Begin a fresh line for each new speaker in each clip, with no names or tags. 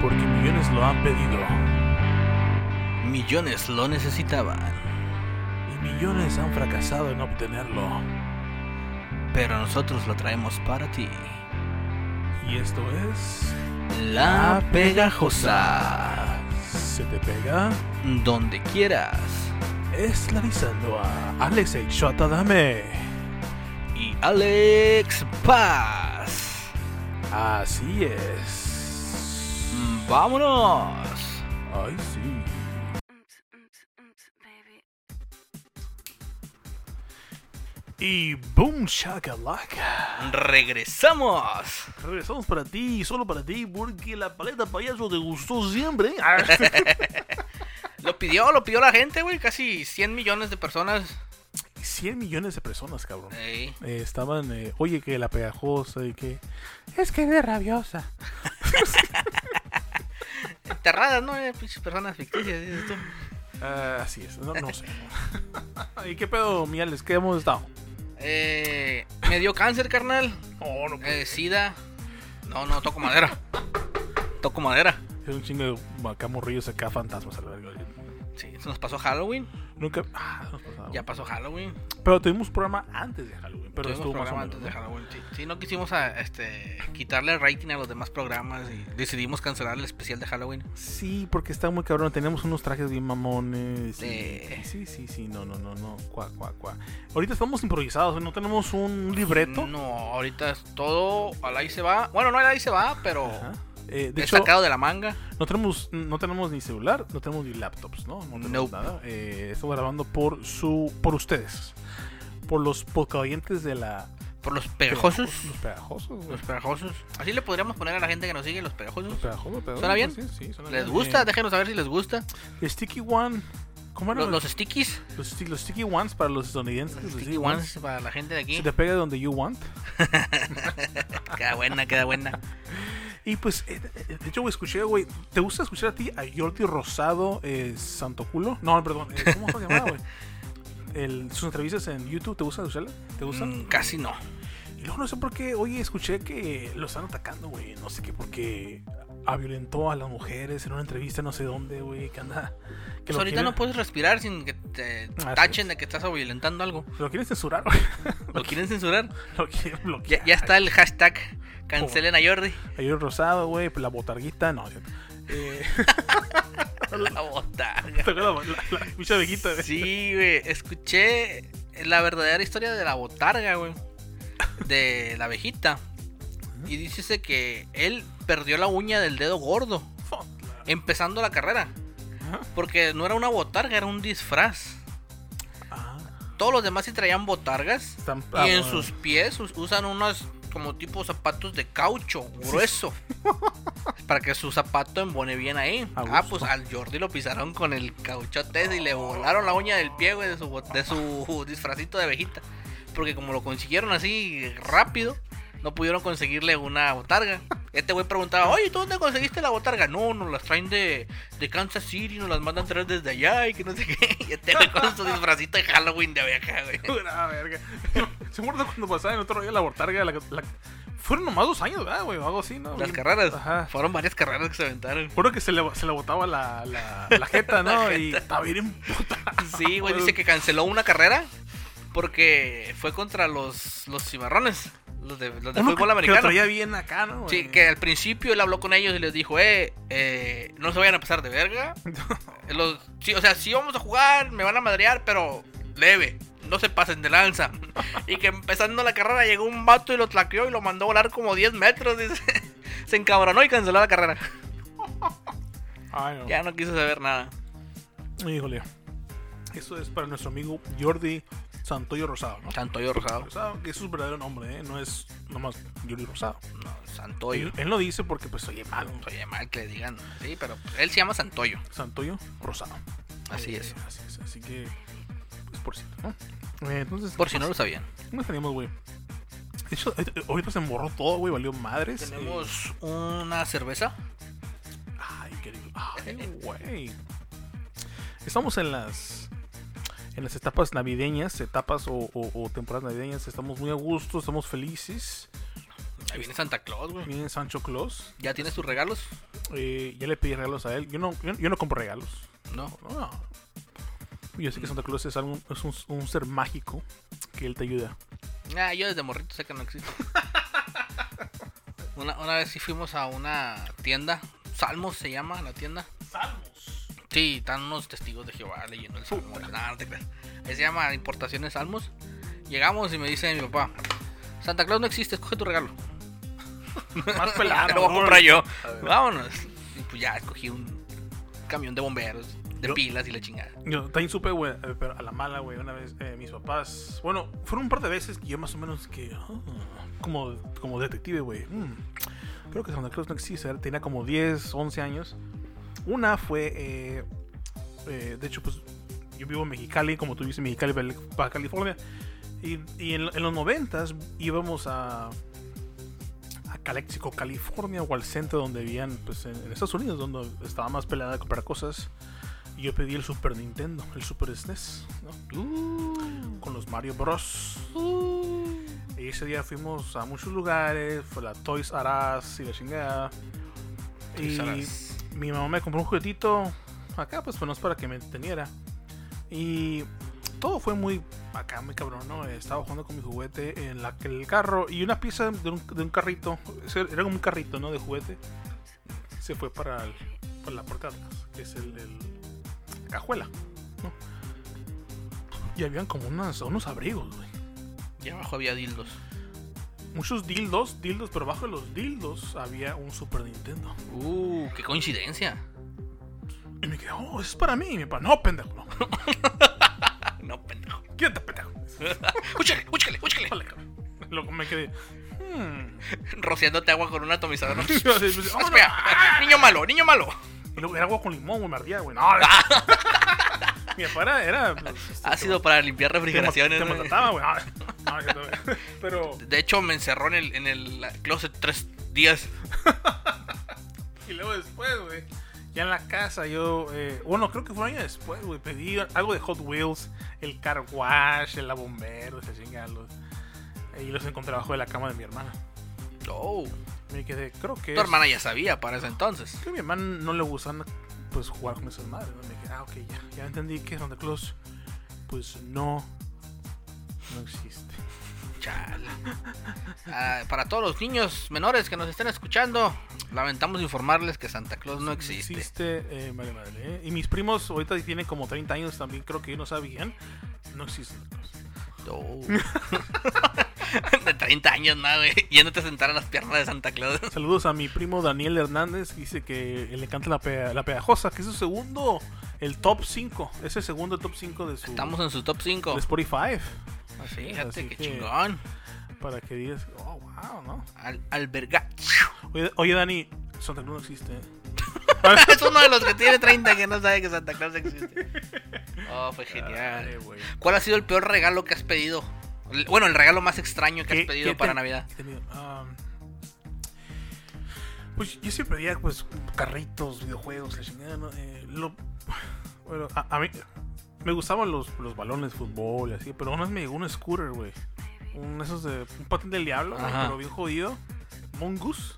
porque millones lo han pedido
Millones lo necesitaban,
y millones han fracasado en obtenerlo.
pero nosotros lo traemos para ti.
Y esto es...
La Pegajosa.
Se te pega.
Donde quieras.
Es analizando a Alex Dame.
Y Alex Paz.
Así es.
Mm. Vámonos.
Ay, sí.
Oops, oops, oops, baby.
Y boom shakalaka.
Regresamos.
Regresamos para ti, solo para ti, porque la paleta payaso te gustó siempre. ¿eh?
Lo pidió, lo pidió la gente, güey. Casi 100 millones de personas.
100 millones de personas, cabrón.
Ey.
Eh, estaban, eh, oye, que la pegajosa y que... Es que es de rabiosa.
Enterradas, ¿no? Eh, pinches personas ficticias, dices tú.
Ah, así es, no, no sé. ¿Y qué pedo, mi Alex? ¿Qué hemos estado?
Eh, me dio cáncer, carnal.
No, no,
Eh, sida. No, no, toco madera. Toco madera.
Es un chingo de acá morrillos, acá fantasmas a la verga.
Sí, eso nos pasó Halloween.
Nunca. Ah, nos pasaba.
Ya pasó Halloween.
Pero tuvimos programa antes de Halloween, pero
Tuvimos
estuvo más o
programa
menos,
antes de
¿no?
Halloween. Sí, Sí, no quisimos a, este, quitarle rating a los demás programas y decidimos cancelar el especial de Halloween.
Sí, porque está muy cabrón. Teníamos unos trajes bien mamones. y-
Sí.
Sí, sí, sí. No, no, no, no. Cuá, cuá, cuá. Ahorita estamos improvisados. No tenemos un libreto.
No, ahorita es todo al ahí se va. Bueno, no al ahí se va, pero
Ajá. Eh, de
es
hecho,
sacado de la manga.
no tenemos, no tenemos ni celular, no tenemos ni laptops, ¿no? No tenemos
Nope.
nada. Eh, estamos grabando por su, por ustedes. Por los podcavientes de la.
Por los pegajosos.
Los pegajosos, güey.
Los pegajosos. Así le podríamos poner a la gente que nos sigue, los pegajosos.
Los pegajosos, pegajosos,
¿Suena bien?
Sí, sí, suena
¿Les
bien.
gusta?
Eh,
Déjenos saber si les gusta.
El Sticky One. ¿Cómo
Los,
eran
los
los,
stickies.
los sti- los Sticky Ones para los estadounidenses?
Los
Los
sticky ones para la gente de aquí.
Se te pega donde you want.
Queda buena, queda buena.
Y pues, eh, eh, de hecho, güey, escuché, güey. ¿Te gusta escuchar a ti a Jordi Rosado eh, Santo Culo? No, perdón. eh, ¿Cómo se llamaba, güey? El- sus entrevistas en YouTube, ¿te gusta escucharlas? ¿Te gustan?
Mm, casi no.
Y luego no sé por qué, oye, escuché que lo están atacando, güey. No sé qué, porque ah, violentó a las mujeres en una entrevista, no sé dónde, güey. Que anda. Que Ah,
Pues ahorita
quieren-
no puedes respirar sin que te
Así
tachen
es.
de que estás violentando algo.
Lo quieren censurar, güey.
¿Lo quieren censurar?
Lo quieren bloquear.
Ya, ya está el hashtag cancelen a Jordi.
Ayer rosado, güey, pues la botarguita, no. es cierto. Eh,
La botarga.
¿Te acuerdas la, la, la pinche abejita, güey?
Sí, güey. Escuché la verdadera historia de la botarga, güey. De la abejita. Y dice que él perdió la uña del dedo gordo
Fuck,
empezando la carrera.
Ajá.
Porque no era una botarga, era un disfraz.
la- Ah,
Todos los demás sí traían botargas.
están- ah,
Y en
bueno.
sus pies us- usan unos como tipo zapatos de caucho grueso. para que su zapato embone bien ahí.
A
Ah,
gusto.
pues al Jordi lo pisaron con el cauchote y le volaron la uña del pie, güey, de su, bot- de su disfrazito de abejita. Porque como lo consiguieron así rápido, no pudieron conseguirle una botarga. Este güey preguntaba, oye, ¿tú dónde conseguiste la botarga? No, nos las traen de, de Kansas City, nos las mandan traer desde allá y que no sé qué. Y este güey con su disfrazito de Halloween de abeja, güey.
Ah, verga. Se muerde cuando pasaba en otro rollo la botarga. La, la- Fueron nomás dos años, ¿verdad, güey? O Algo así, ¿no?
Las
Bien-
carreras.
Ajá.
Fueron varias carreras que se aventaron.
Juro que se le, se le botaba la, la, la jeta, ¿no? Y está bien en puta.
Sí, güey, dice que canceló una carrera porque fue contra los, los cimarrones, los de, los de
Uno que-
fútbol
Que lo
americano.
traía bien acá, ¿no? Eh, güey?
Sí, que al principio él habló con ellos y les dijo, eh, eh, no se vayan a pasar de verga. Los- sí, o sea, sí vamos a jugar, me van a madrear, pero leve, no se pasen de lanza. Y que empezando la carrera llegó un vato y lo tlaqueó y lo mandó a volar como 10 metros. dice. Se encabronó y canceló la carrera.
Ay, no.
Ya no quiso saber nada.
Híjole. Eso es para nuestro amigo Jordi Santoyo Rosado, ¿no?
Santoyo Rosado.
Rosado, que es su verdadero nombre, ¿eh? No es nomás Jordi Rosado.
No,
Él,
Santoyo.
él lo dice porque, pues, oye, malo.
Oye, mal que le digan. Sí, pero él se llama Santoyo.
Santoyo Rosado.
Así es. Ah.
Eh, así es. Así que, pues, por cierto, ¿no? Eh, entonces,
Por si no lo sabían.
¿cómo teníamos, güey? De hecho, ahorita- ahorita se emborró todo, güey, valió madres. eh.
Tenemos una cerveza.
Ay, querido. Ay, güey. Estamos en las. En las etapas navideñas, etapas o, o- o temporadas navideñas, estamos muy a gusto, estamos felices.
Ahí viene Santa Claus, güey.
Viene Sancho Claus.
¿Ya tienes tus regalos?
eh, ya le pedí regalos a él. Yo no, yo, yo no compro regalos.
No.
No. Yo sé que Santa Claus es, algún- es un, un ser mágico que él te ayuda.
Ah, yo desde morrito sé que no existe. una, una vez sí fuimos a una tienda. Salmos se llama la tienda.
Salmos.
Sí, están unos testigos de Jehová leyendo el salmo. Nah, no te creas. Ahí Se llama Importaciones Salmos. Llegamos y me dice mi papá: Santa Claus no existe, escoge tu regalo.
Más
Ah,
pelado.
lo voy a comprar yo.
A ver.
Vámonos. Y pues ya escogí un camión de bomberos, de
Yo-
pilas y la chingada.
Yo también supe, güey, eh, pero a la mala, güey, una vez eh, mis papás. Bueno, fueron un par de veces que yo más o menos que. ah, como, como detective, güey. mm, creo que Santa Claus no existe. Tenía como 10, 11 años. Una fue. eh, eh, de hecho, pues yo vivo en Mexicali, como tú dices, Mexicali, Bel- Baja California. Y, y en, en los 90 íbamos a. A Calexico, California, o al centro donde vivían, pues en, en Estados Unidos, donde estaba más peleada de comprar cosas. Y yo pedí el Super Nintendo, el Super SNES, ¿no? con los Mario Bros. Uh. Y ese día fuimos a muchos lugares, fue la Toys R Us y la chingada. Y mi mamá me compró un juguetito acá, pues bueno, es para que me entreteniera. Y todo fue muy acá, muy cabrón, ¿no? Estaba jugando con mi juguete en, la, en el carro y una pieza de un, de un carrito, ese era como un carrito, ¿no? De juguete, se fue para, el- para la puerta de atrás, que es el, el- la cajuela, ¿no? Y habían como unas, unos abrigos, güey.
Y abajo había dildos.
Muchos dildos, dildos, pero bajo de los dildos había un Super Nintendo.
Uh, qué coincidencia.
Y me quedé, oh, eso es para mí. Y mi papá, no, pendejo, no.
Ah, No, pendejo.
Quédate, pendejo.
Úchale, úchale, úchale.
Vale, cabrón. Luego me quedé. hmm.
Rociándote agua con un atomizador.
Y yo así, pues,
Más
vámonos.
fea. Niño malo, niño malo.
Y luego era agua con limón, güey, me ardía, güey. No, mi papá era. era pues, este,
Ah. Ha sido para limpiar
que ma- que
refrigeraciones.
ma-
güey.
Te mataba, güey. Ah, no, yo también. Pero.
De hecho, me encerró en el, en el closet tres días.
Y luego después, güey. Ya en la casa, yo. eh, bueno, creo que fue un año después, güey. Pedí algo de Hot Wheels, el car wash, el abombero, ese chingado. Y los encontré abajo de la cama de mi hermana.
Oh,
Me quedé, creo que.
tu
es-
hermana ya sabía para ese entonces.
que a mi mamá no le gustan pues jugar con esas madres. ¿no? Me dije, ah, ok, ya, ya entendí que Santa Claus pues no no existe.
Chale. Ah, para todos los niños menores que nos estén escuchando, lamentamos informarles que Santa Claus no existe.
Existe, eh, vale, vale. ¿eh? Y mis primos ahorita tienen como 30 años también, creo que no sabían. No existe Santa Claus.
Oh. de 30 años, nada, güey. Yéndote a sentar a las piernas de Santa Claus.
Saludos a mi primo Daniel Hernández, que dice que le encanta la, peda- la pegajosa, que es su segundo, el top 5, es el segundo top 5 de su
Estamos en su top
de
5.
Spotify.
Fíjate
así
qué
que-
chingón.
Para que digas, oh, wow, ¿no?
Al, alberga.
Oye, oye, Dani, Santa Claus no existe. ¿eh?
es uno de los que tiene 30 que no sabe que Santa Claus existe. Oh, fue
Dale,
genial.
güey.
¿Cuál ha sido el peor regalo que has pedido? El- Bueno, el regalo más extraño que has
¿Qué- qué
pedido para
te-
Navidad.
qué he tenido? Este Am, pues yo siempre pedía pues carritos, videojuegos, la chingada, ¿no? Eh, lo- bueno, a, a mí me gustaban los, los balones de fútbol y así, pero una vez me llegó un scooter, güey. Un esos de un patín del diablo, güey,
Ajá.
pero bien jodido. Mongoose,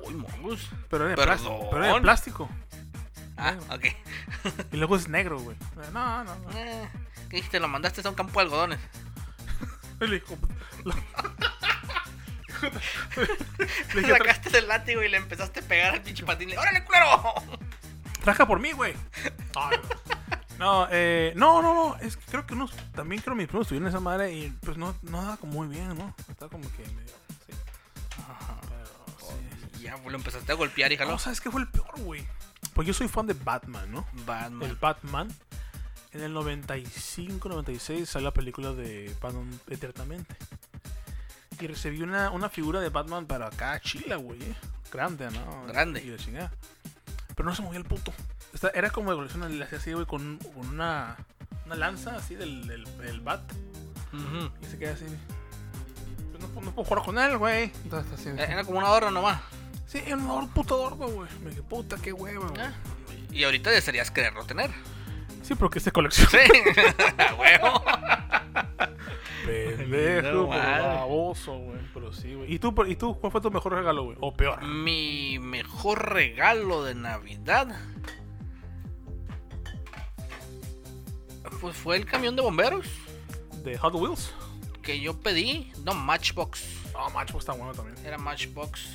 Uy, mongus.
pero era de,
Perdón.
plástico, pero era de plástico.
Ah, ok.
Y luego es negro, güey. No, no, no.
Eh, ¿Qué dijiste? Lo mandaste a un campo de algodones.
Le dijo, Le dije, "Tra-
Sacaste el látigo y le empezaste a pegar al pinche patín. Le- ¡Órale, culero!
Traja por mí, güey. Ay, güey. No, eh, no, no, no. Es que creo que unos. También creo que mis primos tuvieron esa madre y pues no, no daba como muy bien, ¿no? Estaba como que medio. Sí. Pero, sí.
Y Ya, lo empezaste a golpear, hija.
No, ¿sabes qué fue el peor, güey? Pues yo soy fan de Batman, ¿no? El
Batman.
Batman. En el 95, 96 salió la película de Batman Eternamente. Y recibí una, una figura de Batman para acá, chila, güey. eh. Grande, ¿no?
Grande.
Y la chingada. Pero no se movía el puto. Esta- era como de colección, le hacía así, güey, con, con una, una lanza así del, del, del bat.
Ujú.
Y se queda así. Pues no, puedo- no puedo jugar con él, güey. Entonces, así.
Eh, Era como una hora nomás.
Sí, era un adorno, puto gordo, güey. Me dije, puta, qué hueva, güey.
Ah. Y ahorita desearías quererlo tener.
Sí, porque se colección.
Sí. A huevo.
Pendejo,
Madre.
por favor. Hermoso, güey. Pero sí, güey. ¿Y tú, por- ¿Y tú cuál fue tu mejor regalo, güey? O peor.
Mi mejor regalo de Navidad. Pues fue el camión de bomberos
¿De Hot Wheels?
que yo pedí. No, Matchbox.
Ah, macho, está bueno también.
Era Matchbox.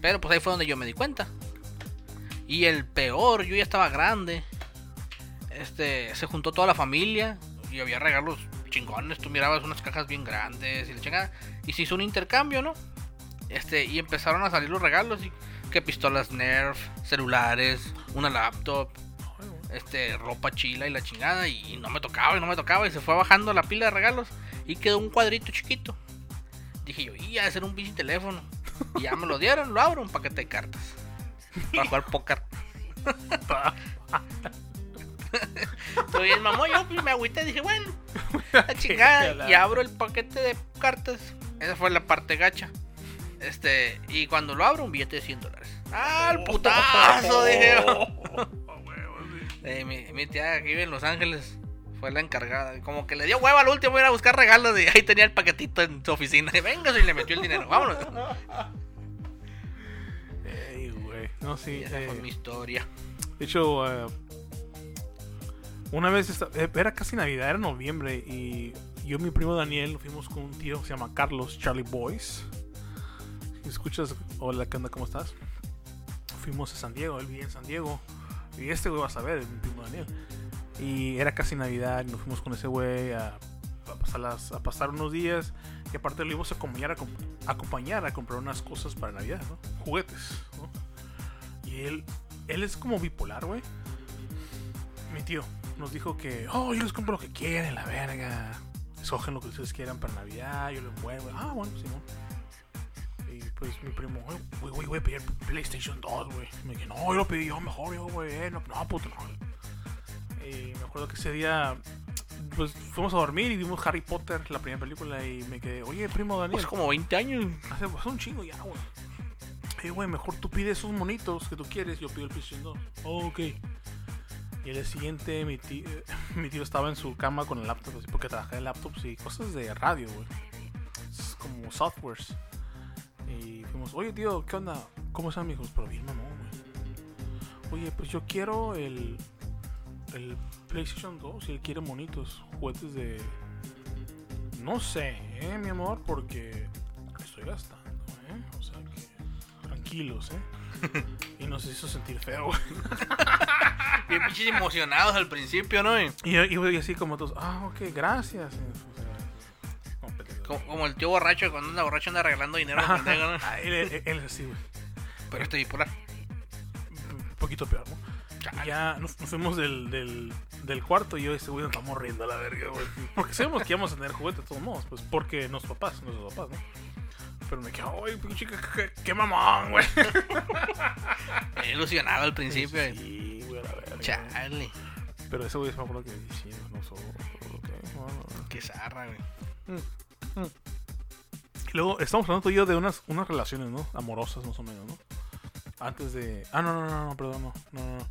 Pero pues ahí fue donde yo me di cuenta. Y el peor, yo ya estaba grande. Este, se juntó toda la familia y había regalos chingones. Tú mirabas unas cajas bien grandes y la chingada. Y se hizo un intercambio, ¿no? Este, y empezaron a salir los regalos. Y, que pistolas Nerf, celulares, una laptop,
Ay, güey.
este, ropa chila y la chingada. Y no me tocaba y no me tocaba. Y se fue bajando la pila de regalos. Y quedó un cuadrito chiquito. Dije yo, y ha de ser un pinche teléfono. Y ya me lo dieron, lo abro, un paquete de cartas. Para jugar póker. Estoy bien mamón, yo pues, me agüité. Dije, bueno, la chingada. Y abro el paquete de cartas. Esa fue la parte gacha. Este, y cuando lo abro, un billete de 100 dólares. ¡Ah, el putazo! Dije yo.
Ah, güey, güey, sí.
Eh, mi, mi tía que vive en Los Ángeles fue la encargada. Como que le dio hueva al último ir a buscar regalos y ahí tenía el paquetito en su oficina. Y venga, y le metió el dinero. Vámonos.
Ey, güey. No, sí.
Y esa
eh,
fue mi historia.
De hecho, eh, una vez esta- eh, era casi Navidad, era noviembre, y yo y mi primo Daniel fuimos con un tío que se llama Carlos Charlie Boys. Si escuchas, hola, ¿qué onda? ¿Cómo estás? Fuimos a San Diego, él vivía en San Diego, y este güey va a saber, mi primo Daniel. Y era casi Navidad, y nos fuimos con ese güey a, a pasar las- a pasar unos días, y aparte lo íbamos a acompañar a, comp- a acompañar a comprar unas cosas para Navidad, ¿no? Juguetes, ¿no? Y él, él es como bipolar, güey. Mi tío nos dijo que, oh, yo les compro lo que quieren, la verga. Escogen lo que ustedes quieran para Navidad, yo lo envuelvo. Ah, bueno, Simón. Y pues mi primo, "Güey, güey, güey, voy a pedir PlayStation 2, güey. Y Me dije, no, yo lo pedí yo mejor, yo, güey. eh, No, no, puto, no. Y me acuerdo que ese día, pues fuimos a dormir y vimos Harry Potter, la primera película, y me quedé, oye, primo Daniel.
Pues como 20 años.
Hace hace un chingo ya, güey. Ey, güey, mejor tú pides esos monitos que tú quieres, yo pido el PlayStation 2. Oh, ok. Y el día siguiente, mi tío, mi tío estaba en su cama con el laptop, así, porque trabajaba en laptops y cosas de radio, güey. Es como softwares. Y fuimos, oye, tío, ¿qué onda? ¿Cómo están, amigos? Pero bien, mamón, güey. Oye, pues yo quiero el, el PlayStation 2 y él quiere monitos, juguetes de. No sé, eh, mi amor, porque estoy gastando, ¿eh? O sea que. Tranquilos, ¿eh? y nos hizo sentir feo, güey.
Bien pinches emocionados al principio, ¿no? Y
Y, y- y así como todos, ah, ok, gracias. pues, O sea, competidor.
Como, como el tío borracho, cuando anda borracho anda regalando dinero al pendejo, ¿no?
Ah, él, él- él es así, güey.
Pero este bipolar.
Un poquito peor, ¿no?
Chale.
Ya nos, nos fuimos del, del, del cuarto y yo este güey nos estamos riendo a la verga, güey. Porque sabemos que íbamos a tener juguetes de todos modos, pues porque nuestros papás, nuestros papás, ¿no? Pero me quedé, ay, pinche, qué, qué- qué mamón, güey.
Bien Ilusionado al principio. y-
Sí, güey, a la verga.
Chale,
Pero ese güey se me acuerdo que sí, no so- ok, no, no.
qué zarra, güey.
Y luego estamos hablando tú y yo de unas, unas relaciones, ¿no? Amorosas más o menos, ¿no? Antes de. Ah, no, no, no, no, perdón, no, no, no, no.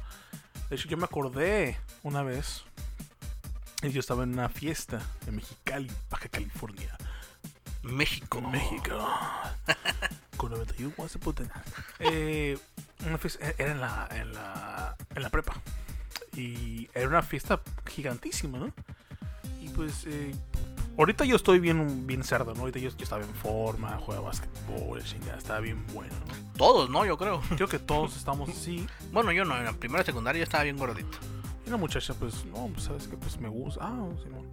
De hecho, yo me acordé una vez. Y yo estaba en una fiesta en Mexicali, Baja California.
México.
Con México. Con 91 guas de puta. Eh, una fiesta, era en la, en la, en la prepa. Y era una fiesta gigantísima, ¿no? Y pues, eh, ahorita yo estoy bien, bien cerdo, ¿no? Ahorita yo, yo estaba en forma, jugaba básquetbol, chingada, estaba bien bueno, ¿no?
Todos, ¿no? Yo creo.
Creo que todos estamos así.
Bueno, yo no. En la primera secundaria yo estaba bien gordito.
Y una muchacha, pues, no, pues, ¿sabes qué? Pues me gusta. Ah, Simón.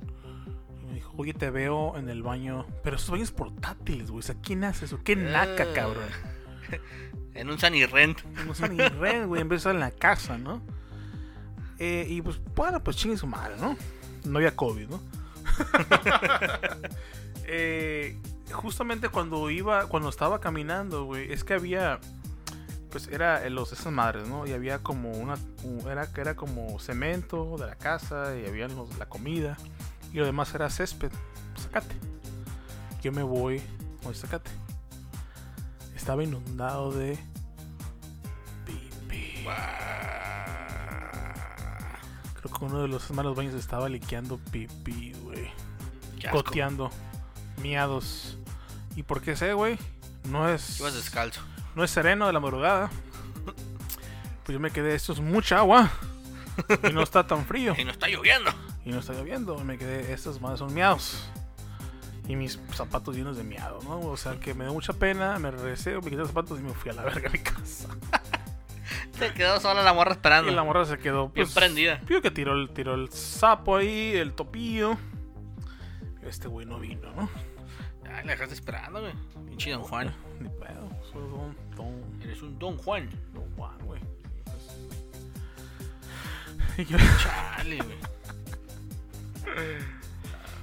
Y me dijo, oye, te veo en el baño. Pero esos baños portátiles, güey. O sea, ¿quién hace eso? ¡Qué naca,
Eh.
cabrón!
En un Sunny Rent.
No usan ni red, güey. En vez de usar en la casa, ¿no? Eh, y pues, bueno, pues chingue su madre, ¿no? No había COVID, ¿no? Eh, justamente cuando iba, cuando estaba caminando, güey, es que había. Pues era en los, esas madres, ¿no? Y había como una. u- Era, era como cemento de la casa y había los- la comida. Y lo demás era césped, zacate. Yo me voy con el zacate. Estaba inundado de. Pipí. Creo que uno de los malos baños estaba liqueando pipí, güey.
Qué asco.
Coteando. Miados. ¿Y por qué sé, güey? No es,
Ibas descalzo.
no es sereno de la madrugada. Pues yo me quedé, esto es mucha agua. Y no está tan frío.
Y no está lloviendo.
Y no está lloviendo. Y me quedé, estas madres son miados. Y mis zapatos llenos de miado, ¿no? O sea, que me dio mucha pena, me regresé, me quité los zapatos y me fui a la verga a mi casa.
Se quedó sola la morra esperando.
Y la morra se quedó pues,
Bien prendida.
Vio que tiró el, tiró el sapo ahí, el topillo. Este güey no vino, ¿no?
Ay, la dejaste esperando, güey. Pinche Don Juan.
Ni pedo. Soy don, don,
Eres un Don Juan.
don Juan, güey. Y yo-
Chale, güey.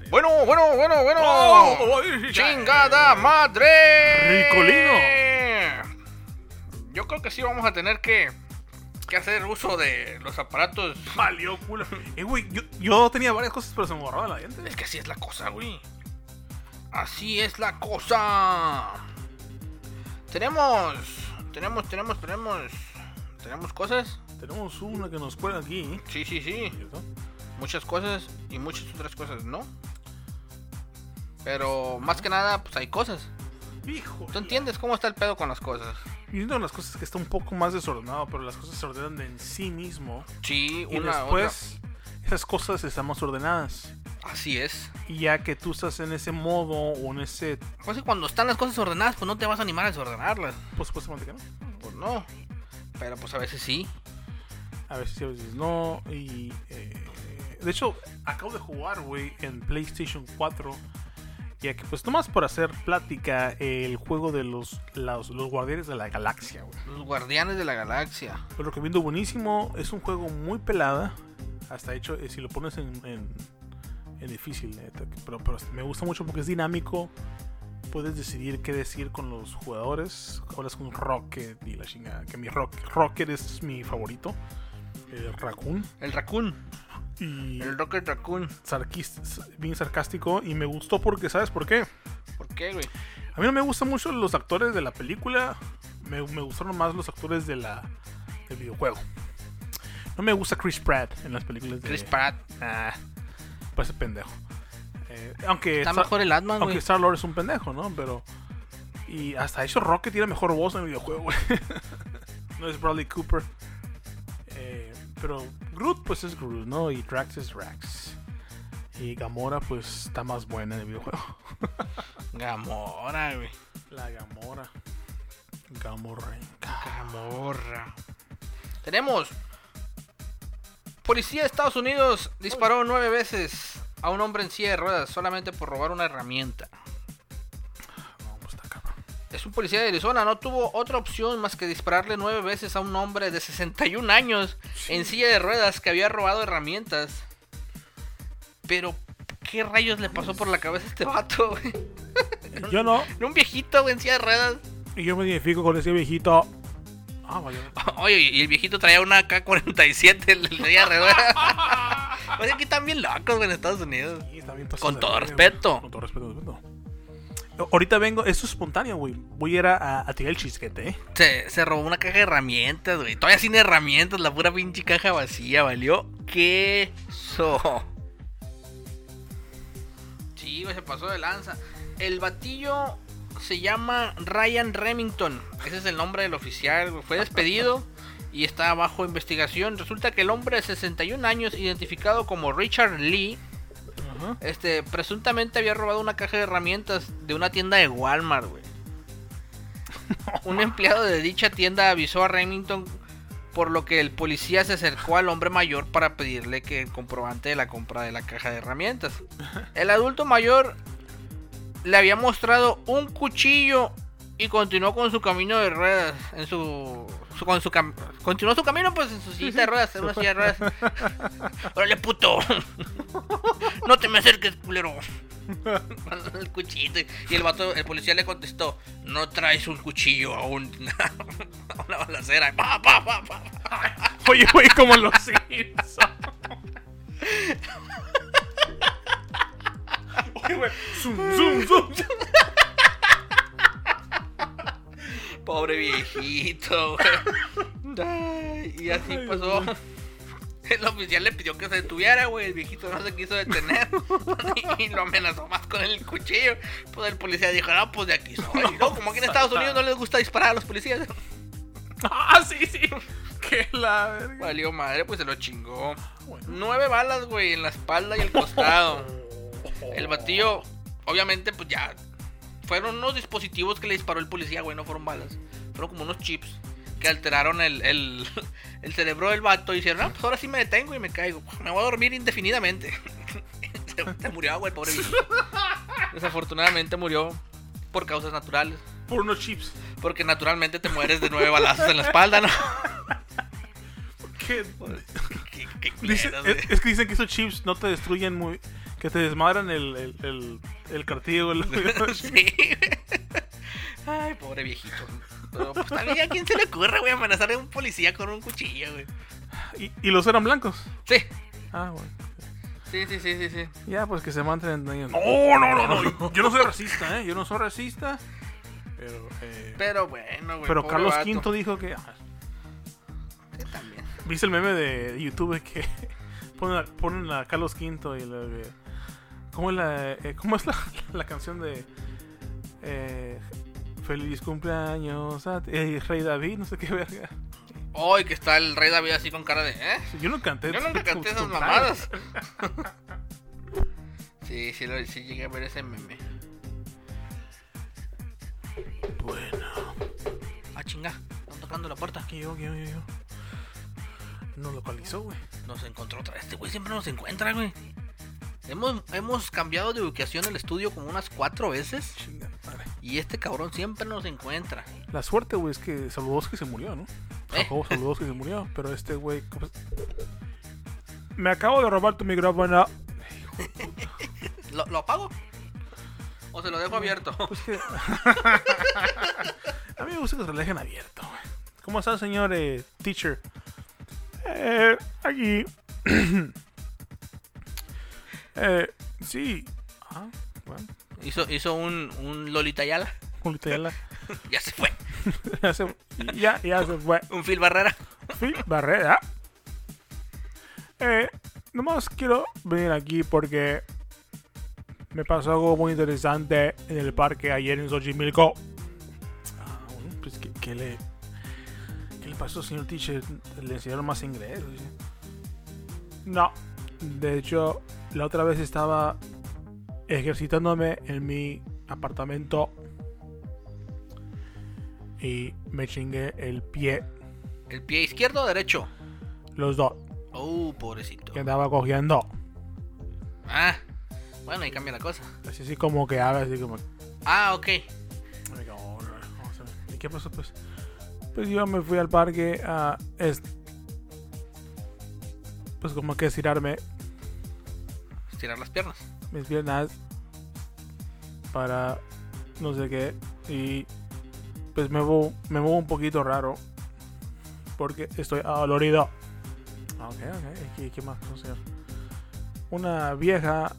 Bueno, bueno, bueno, bueno.
Oh,
¡Chingada madre!
Ricolino.
Yo creo que sí vamos a tener que, que hacer uso de los aparatos.
Valió culo. Eh, güey, yo, yo tenía varias cosas, pero se me borraba la diente.
Es que así es la cosa, güey. Así es la cosa. Tenemos. Tenemos, tenemos, tenemos. Tenemos cosas.
Tenemos una que nos cuela aquí.
Sí, sí, sí.
¿cierto?
muchas cosas y muchas otras cosas, ¿no? Pero más que nada, pues hay cosas.
Hijo.
¿Tú entiendes cómo está el pedo con las cosas?
Y una de las cosas que está un poco más desordenado, pero las cosas se ordenan de en sí mismo.
Sí,
Y
una
después, esas cosas están más ordenadas.
otra. Así es.
Y ya que tú estás en ese modo o en ese.
Pues que cuando están las cosas ordenadas, pues no te vas a animar a desordenarlas.
Pues supuestamente que no.
Pues no. Pero pues a veces sí.
A veces sí, a veces no. Y. eh, de hecho, acabo de jugar, güey, en PlayStation 4. Ya que, pues, nomás por hacer plática, el juego de los, los, los Guardianes de la Galaxia, güey.
Los guardianes de la galaxia.
Lo recomiendo buenísimo. Es un juego muy pelada. Hasta hecho, eh, si lo pones en, en, en difícil, neta, que- pero, pero me gusta mucho porque es dinámico. Puedes decidir qué decir con los jugadores. Hablas con Rocket y la chingada. Que mi Rock, Rocket es mi favorito. El Raccoon.
El raccoon.
Y
El rocket raccoon.
sarquis- bien sarcástico. Y me gustó porque, ¿sabes por qué?
¿Por qué, güey?
A mí no me gustan mucho los actores de la película. Me, me gustaron más los actores de la, del videojuego. No me gusta Chris Pratt en las películas de.
Chris Pratt.
Ah, parece pendejo. Eh, aunque.
Está
Star-
mejor el Atman,
aunque
güey.
Star Lord es un pendejo, ¿no? Pero. Y hasta eso Rocket tiene mejor voz en el videojuego, güey. no es Bradley Cooper. Eh, pero Groot, pues es Groot, ¿no? Y Drax es Drax. Y Gamora, pues está más buena en el videojuego.
Gamora, güey.
La Gamora. Gamorrenca.
Camorra. Tenemos. Policía de Estados Unidos disparó nueve veces a un hombre en silla de ruedas solamente por robar una herramienta.
No, pues está cabrón.
Es un policía de Arizona, no tuvo otra opción más que dispararle nueve veces a un hombre de 61 años en silla de ruedas que había robado herramientas. Pero, ¿qué rayos le pasó por la cabeza a este vato? güey?
Yo no.
Era un viejito güey, en silla de ruedas.
Y yo me identifico con ese viejito. Ah, vaya.
Oye, y el viejito traía una K-47 en la silla de ruedas. Pues aquí están bien locos, güey, en Estados Unidos.
Sí, está bien tosado
Con
de
todo
verga,
respeto.
güey. Con todo respeto, respeto. A- Ahorita vengo, esto es espontáneo, güey. Voy a ir a, a- a tirar el chisquete, ¿eh?
Se, se robó una caja de herramientas, güey. Todavía sin herramientas, la pura pinche caja vacía, valió. Queso. Sí, güey, se pasó de lanza. El batillo se llama Ryan Remington. Ese es el nombre del oficial, güey. Fue despedido y está bajo investigación. Resulta que el hombre de 61 años, identificado como Richard Lee, Este, presuntamente había robado una caja de herramientas de una tienda de Walmart, güey. Un empleado de dicha tienda avisó a Remington, por lo que el policía se acercó al hombre mayor para pedirle que el comprobante de la compra de la caja de herramientas. El adulto mayor le había mostrado un cuchillo y continuó con su camino de ruedas, en su, su- con su cam- continuó su camino pues en su silla de ruedas, en una silla de ruedas. Órale, puto. No te me acerques, culero. El cuchillo. Y el vato, el policía le contestó: No traes un cuchillo a, un- a una balacera. Pa, pa, pa, pa.
Oye, güey, como los Simpsons. Oye, güey. Zoom, zoom, zoom.
Pobre viejito, güey. Ay, Y así
Ay,
pasó. El oficial le pidió que se detuviera, güey. El viejito no se quiso detener. y, y lo amenazó más con el cuchillo. Pues el policía dijo, no, pues de aquí soy. No, como aquí en Estados Unidos no les gusta disparar a los policías.
Ah, sí, sí. Que la verga.
Valió madre, pues se lo chingó.
Bueno.
Nueve balas, güey, en la espalda y el costado. El batillo, obviamente, pues ya. Fueron unos dispositivos que le disparó el policía, güey, no fueron balas. Fueron como unos chips que alteraron el, el, el cerebro del vato y dijeron, ah, pues ahora sí me detengo y me caigo. Me voy a dormir indefinidamente. se, se murió, güey, pobre viejo. Desafortunadamente murió por causas naturales.
Por unos chips.
Porque naturalmente te mueres de nueve balazos en la espalda, ¿no?
Que-
¿Qué, qué
dice-
culeros, güey.
es, es que dicen que esos chips no te destruyen muy. Que te desmadran el, el, el, el cartílago. el-
Sí. Ay, pobre viejito. Pero pues también a quién se le ocurre, güey, amenazar a un policía con un cuchillo, güey.
y, y los eran blancos.
Sí.
Ah, bueno.
Sí, sí, sí, sí, sí.
Ya, pues que se mantengan. No, no, no, no. Yo no soy racista, ¿eh? Yo no soy racista. Pero, eh,
Pero bueno, güey.
pero
pobre
Carlos
vato.
V dijo que. ah,
Sí, también.
¿Viste el meme de YouTube que ponen a, ponen a Carlos V y la de- ¿Cómo es la, eh, cómo es la, la canción de eh, Feliz cumpleaños a ti, eh, Rey David? No sé qué verga.
Ay, que está el rey David así con cara de, ¿eh?
Yo no canté.
Yo nunca canté esas
cumpleaños.
mamadas. Sí, sí, lo- sí llegué a ver ese meme.
Bueno,
Ah, chinga. Están tocando la puerta.
que yo, que yo, yo, yo. Nos localizó, güey.
Nos encontró otra vez. Este güey siempre nos encuentra, güey. Hemos, hemos cambiado de ubicación el estudio como unas cuatro veces.
Chinga madre.
Y este cabrón siempre nos encuentra.
La suerte, güey, es que Saludowski se murió, ¿no?
¿Eh?
Jacobo Saludowski se murió, pero este güey. ¿cómo se- Me acabo de robar tu micrófono.
¿Lo, lo apago? ¿O se lo dejo abierto?
Pues que. A mí me gusta que se lo dejen abierto, güey. ¿Cómo está, señor eh, teacher? Eh, aquí. eh, sí. Ah, bueno.
Hizo, hizo un, un Lolita Yala.
Julita ya, la-
Ya se fue.
ya se, ya, ya se fue.
Un Phil Barrera.
Sí, Barrera. Eh, nomás quiero venir aquí porque me pasó algo muy interesante en el parque ayer en Xochimilco. Ah, bueno, pues ¿qué, qué le, ¿qué le pasó, señor teacher? ¿Le enseñaron más inglés? Dice. No, de hecho, la otra vez estaba ejercitándome en mi apartamento y me chingué el pie,
¿El pie izquierdo o derecho?
los dos.
Oh, pobrecito.
que andaba cogiendo.
Ah, bueno, ahí cambia la cosa.
Así, así como que haga, así como.
Ah, ok.
¿Y qué pasó, pues? Pues yo me fui al parque a. es- pues como que estirarme
Estirar las piernas.
mis piernas para no sé qué. Y pues me muevo, me muevo un poquito raro porque estoy adolorido. Ah, Ok, ok. ¿Y qué, qué más? No sé. Una vieja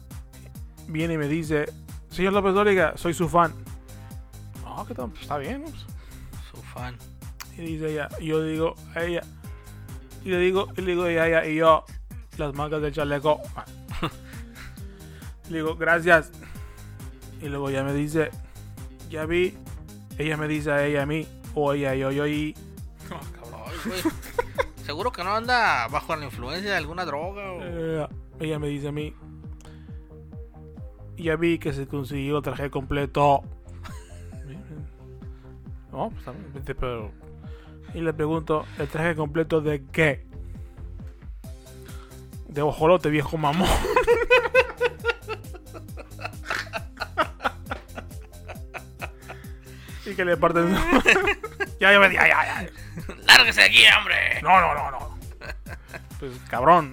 viene y me dice: Señor López Dóriga, soy su fan. Ah, qué tal, pues, está bien. pues.
Su fan.
Y dice ella, y yo digo a ella, y le digo, y le digo a ella, y yo, las mangas del chaleco. le digo, gracias. Y luego ella me dice, ya vi. Ella me dice a ella, a mí, o ella, yo, yo, y.
Ay, güey. Seguro que no anda bajo la influencia de alguna droga o...
eh, ella me dice a mí, ya vi que se consiguió el traje completo. No, pues también, vete, pero. Y le pregunto, ¿el traje completo de qué? De ojolote, viejo mamón. y que le parten. ya, ya, ya, ya, ya.
¡Lárguese de aquí, hombre!
No, no, no, no. Pues cabrón.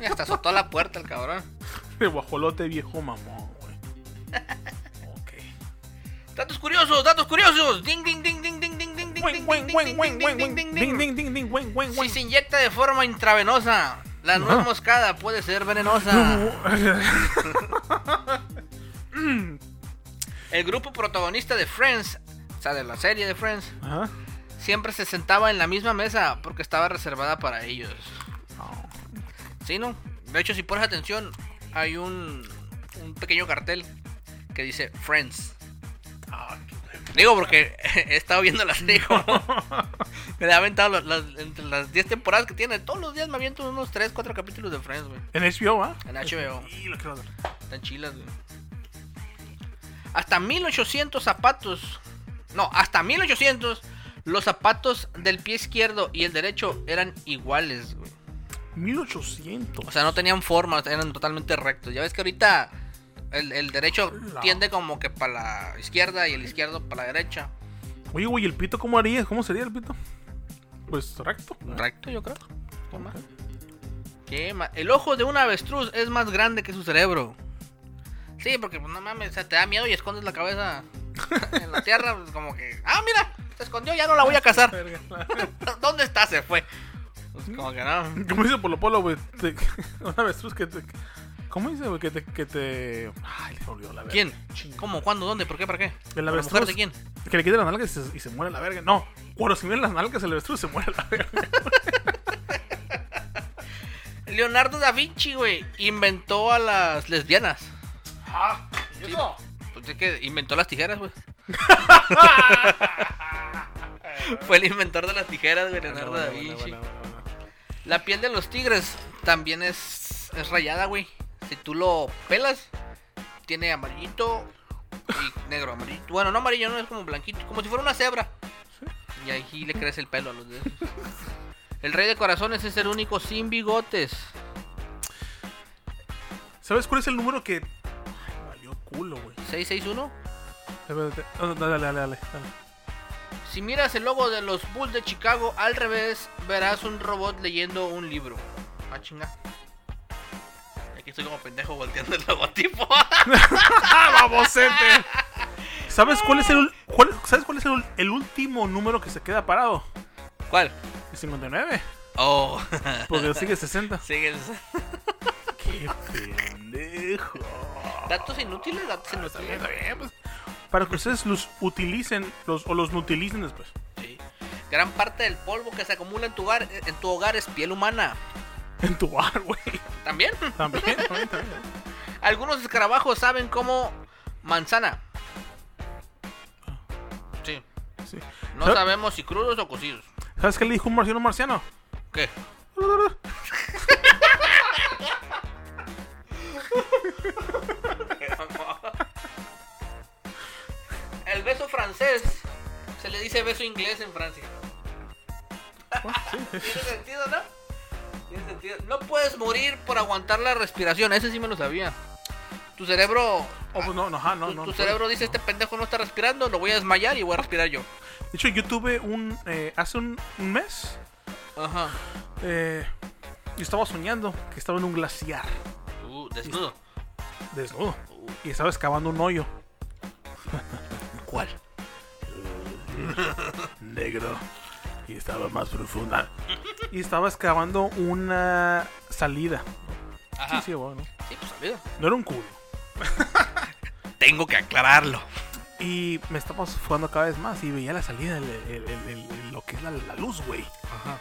Y Hasta azotó la puerta el cabrón.
De Este guajolote, viejo mamón, güey. Ok.
¡Datos curiosos! ¡Datos curiosos! ¡Ding, ding, ding, ding, ding, ding, ding, ding, ding, ding, ding, ding, ding, ding, ding, ding. Si se inyecta de forma intravenosa, la nuez moscada puede ser venenosa. El grupo protagonista de Friends, o sea, de la serie de Friends,
Ajá.
siempre se sentaba en la misma mesa porque estaba reservada para ellos. Sí, no. De hecho, si pones atención, hay un, un pequeño cartel que dice Friends. Digo porque he estado viendo la serie como- Me he aventado las, las- entre las 10 temporadas que tiene. Todos los días me aviento unos 3, 4 capítulos de Friends, güey.
En HBO, ¿ah?
En HBO.
Y lo quiero ver.
Están chilas, güey. Hasta 1800 zapatos. No, hasta 1800 los zapatos del pie izquierdo y el derecho eran iguales, güey.
1800.
O sea, no tenían forma, eran totalmente rectos. Ya ves que ahorita el, el derecho
La-
tiende como que para la izquierda y el izquierdo para la derecha.
Oye, güey, ¿el pito cómo harías? ¿Cómo sería el pito? Pues recto.
Recto, yo creo. Toma. ¿Qué ma- El ojo de un avestruz es más grande que su cerebro. Sí, porque pues, no mames, o sea, te da miedo y escondes la cabeza en la tierra, pues como que, ah, mira, se escondió, ya no la voy a cazar.
Verga.
¿Dónde está? Se fue. Pues, como que no.
¿Cómo dice Polo Polo, güey? Te- Una avestruz que te. ¿Cómo dice, güey? Que te, que te. Ay, le olvidó la verga.
¿Quién? ¿Cómo? ¿Cuándo? ¿Dónde? ¿Por qué? ¿Para qué?
El
¿La
avestruz.
mujer de quién?
Que le quite las nalgas y se, y se muere la verga. No, cuando se miren las nalgas, el avestruz se muere la verga.
Leonardo da Vinci, güey, inventó a las lesbianas.
Ah,
Sí, pues es que inventó las tijeras, güey. Fue el inventor de las tijeras, güey, Leonardo da Vinci. La piel de los tigres también es, es rayada, güey. Si tú lo pelas, tiene amarillito y negro amarillito. Bueno, no amarillo, no es como blanquito, como si fuera una cebra. Y ahí le crece el pelo a los dedos. El rey de corazones es el único sin bigotes.
¿Sabes cuál es el número que. Ay, Valió culo, güey.
661.
Espérate. No, no, Dale, dale, dale. dale.
Si miras el logo de los Bulls de Chicago al revés, verás un robot leyendo un libro. Ah, chinga. Aquí estoy como pendejo volteando el logotipo.
¡Ah, babosete! ¿Sabes cuál es, el, ul- cuál, ¿sabes cuál es el, ul- el último número que se queda parado?
¿Cuál?
El 59.
Oh.
Porque pues sigue 60.
Síguenos.
¡Qué pendejo!
Datos inútiles, datos
Está bien,
inútiles.
está bien, pues. Para que ustedes los utilicen los, o los nutilicen después.
Sí. Gran parte del polvo que se acumula en tu hogar, eh, en tu hogar es piel humana.
En tu bar, güey.
También.
También, también, también.
Algunos escarabajos saben como manzana. Sí.
Sí.
No
¿Sabe-
sabemos si crudos o cocidos.
¿Sabes qué le dijo un marciano a un marciano?
¿Qué? El beso francés se le dice beso inglés en Francia.
Ah,
Tiene sentido, ¿no? Tiene sentido. No puedes morir por aguantar la respiración, ese sí me lo sabía. Tu cerebro.
Oh, pues no, no, ajá, no,
tu
no.
tu
no.
cerebro dice: Este pendejo no está respirando, lo voy a desmayar y voy a respirar yo.
De hecho, yo tuve un. eh, hace un, un mes.
Ajá.
eh, yo estaba soñando que estaba en un glaciar
Uh, desnudo.
desnudo y estaba excavando un hoyo
¿Cuál?
negro y estaba más profunda. Y estaba excavando una salida.
Ajá.
Sí, sí, bueno.
Sí, pues amigo.
No era un culo.
Tengo que aclararlo.
Y me estaba sofocando cada vez más y veía la salida, el- el- el- el- el- lo que es la, la luz, güey.
Ajá.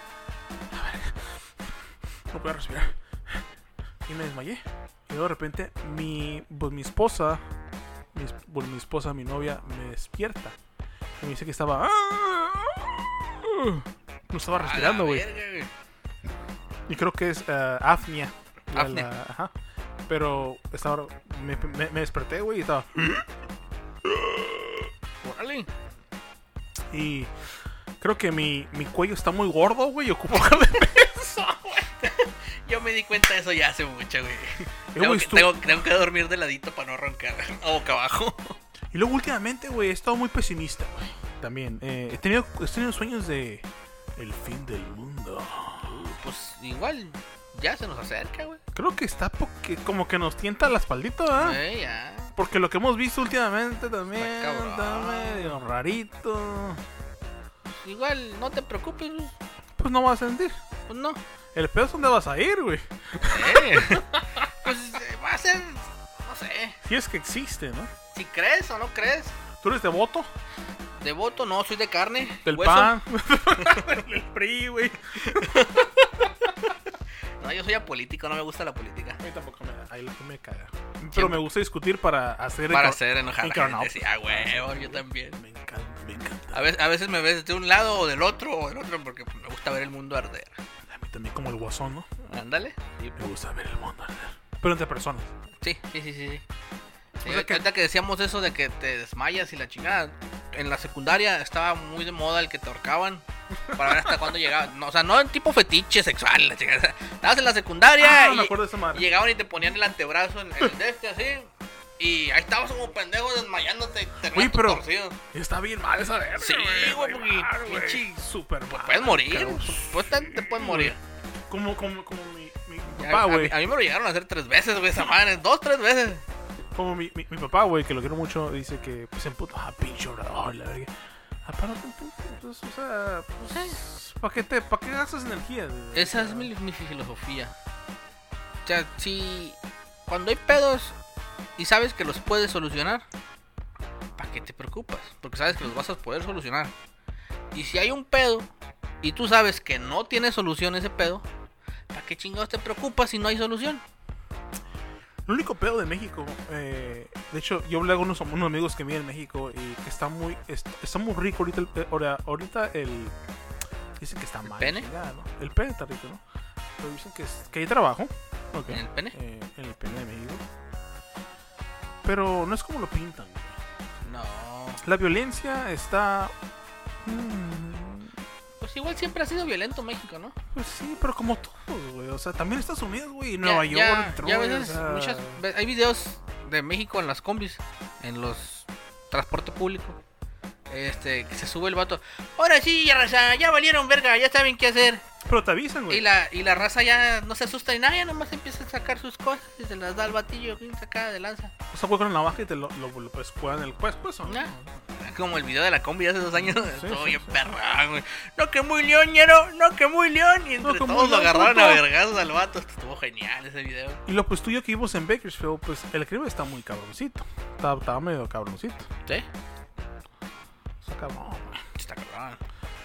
No podía respirar. Y me desmayé. Y luego de repente mi, pues, mi esposa, mi, es- bueno, mi esposa, mi novia, me despierta. Y me dice que estaba... ¡ah! No estaba respirando, güey. Y creo que es eh, apnea. La-
Apnea.
la- ajá. Pero estaba, me, me- me desperté, güey, y estaba.
Órale.
Y creo que mi, mi cuello está muy gordo, güey, y ocupo bajar de peso.
Ah, Yo me di cuenta de eso ya hace mucho, güey.
Eh,
Tengo
güey,
que,
estu-
tengo- tengo que dormir de ladito para no roncar. O boca abajo.
Y luego últimamente, güey, he estado muy pesimista, güey. También. eh, he, tenido, he tenido sueños de. El fin del mundo.
Pues igual, ya se nos acerca, güey.
Creo que está porque como que nos tienta la espaldita, ¿verdad?
Eh, ya.
Porque lo que hemos visto últimamente también
Está cabrón.
está medio rarito.
Pues, Igual, no te preocupes, güey.
Pues no vas a sentir.
pues no.
El pedo es donde vas a ir, güey.
Eh. pues eh, va a ser, no sé,
Si es que existe, ¿no?
si crees o no crees.
¿Tú eres devoto?
Devoto, no, soy de carne.
Del
hueso.
PAN. Del PRI, güey.
No, yo soy apolítico, no me gusta la política.
A mí tampoco me, ahí lo que me caga. Pero
Siempre-
me gusta discutir para hacer.
Para hacer enojar a la
encarnado.
gente. Sí, ah, huevo, yo también.
Me encanta, me encanta.
A veces, a veces me ves de un lado o del otro o del otro porque pues, me gusta ver el mundo arder.
A mí también como el guasón, ¿no?
Ándale. Sí,
Me gusta ver el mundo arder. Pero entre personas.
Sí, sí, sí, sí. sí. Sí,
sea
ahor-
que-
Ahorita que decíamos eso de que te desmayas y la chingada. En la secundaria estaba muy de moda el que te ahorcaban para ver hasta cuándo llegaban. No, o sea, no en tipo fetiche sexual. La chingada. Estabas en la secundaria
Ah,
y
me acuerdo de esa madre.
llegaban y te ponían el antebrazo en el de este así. Y ahí estabas como pendejo desmayándote. terminaste
Oye, pero-
torcido.
Está bien mal esa verga.
Sí, güey,
Está
porque
bien mal, güey.
pinche- Pues
Súper mal.
Puedes morir.
cabrón.
Pues te, te puedes morir.
Como, como, como mi, mi
Ya,
papá,
a,
güey.
mí, a mí me lo llegaron a hacer tres veces, güey, esa madre. Dos, tres veces.
Como mi, mi, mi papá, güey, que lo quiero mucho, dice que pues, se emputa. Ah, pinche obrador, la verga. Ah, pero no te emputes, pues, o sea,
Eh.
pues, ¿para qué, te, ¿para qué gastas energía? Ah,
Esa es mi, mi filosofía. O sea, si cuando hay pedos y sabes que los puedes solucionar, ¿para qué te preocupas? Porque sabes que los vas a poder solucionar. Y si hay un pedo y tú sabes que no tiene solución ese pedo, ¿para qué chingados te preocupas si no hay solución?
El único pedo de México, eh, de hecho, yo hablé con unos, unos amigos que viven en México y que está muy, es- está muy rico ahorita el, pe- ahora- ahorita el, dicen que está mal.
pene?
chingada, ¿no? El pene está rico, ¿no? Pero dicen que, es- que hay trabajo. Ok.
¿En el pene?
Eh, en el pene de México. Pero no es como lo pintan. güey.
No.
La violencia está... mm,
Pues igual siempre ha sido violento México, ¿no?
Pues sí, pero como todos, güey. O sea, también Estados Unidos, güey. y Nueva York, Detroit,
ya a
o
veces
sea,
muchas ve- hay videos de México en las combis, en los transporte público. Este, que se sube el vato. Ahora sí, ya raza, ya valieron verga, ya saben qué hacer.
Pero te avisan, güey.
Y la, y la raza ya no se asusta ni nada, ya nomás empieza a sacar sus cosas y se las da al batillo, bien sacada de lanza.
O sea, güey, con la navaja y te lo, lo, lo pescuean el pues, pues, ¿o no?
Ya. Como el video de la combi de hace dos años,
Sí,
todo
sí,
bien
sí.
perrón, güey. No que muy leonero, no que muy león. Y entre
que muy
todos lo
león,
agarraron a
puto.
vergazos al vato. Estuvo genial ese video.
Y lo pues tuyo que vimos en Bakersfield, pues el crimen está muy cabroncito. Está- Estaba medio cabroncito.
¿Sí?
Está cabrón. güey.
Está cabrón.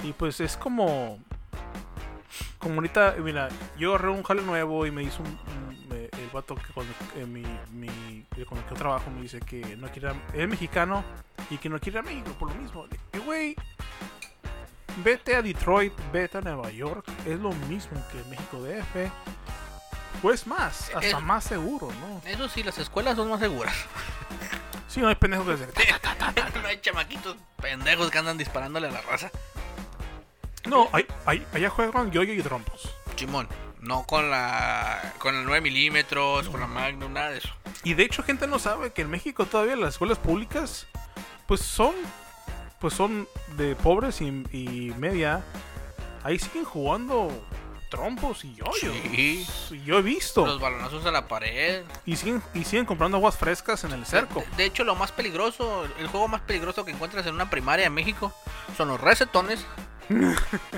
Y pues es como. Como ahorita, mira, yo agarré un jale nuevo y me hizo un. un- me- el vato que con, eh, mi, mi- eh, con el que yo trabajo me dice que no quiere. ir a- Es mexicano y que no quiere ir a México por lo mismo. Le dije, güey, vete a Detroit, vete a Nueva York. Es lo mismo que México DF. Pues más, hasta
Es-
más seguro, ¿no?
Eso sí, las escuelas son más seguras.
Sí, no hay pendejo que hacer.
no hay chamaquitos pendejos que andan disparándole a la raza.
No, ahí- ahí- allá juegan yo-yo y trompos.
Chimón, no con la con el 9 milímetros, con la Magnum, nada de eso.
Y de hecho, gente no sabe que en México todavía las escuelas públicas, pues son, pues son de pobres y, y media. Ahí siguen jugando trompos y yoyos.
Sí.
Y Yo he
Los
visto.
balonazos a la pared.
Y siguen, y siguen comprando aguas frescas en el cerco.
De, de hecho, lo más peligroso, el juego más peligroso que encuentras en una primaria en México son los resetones.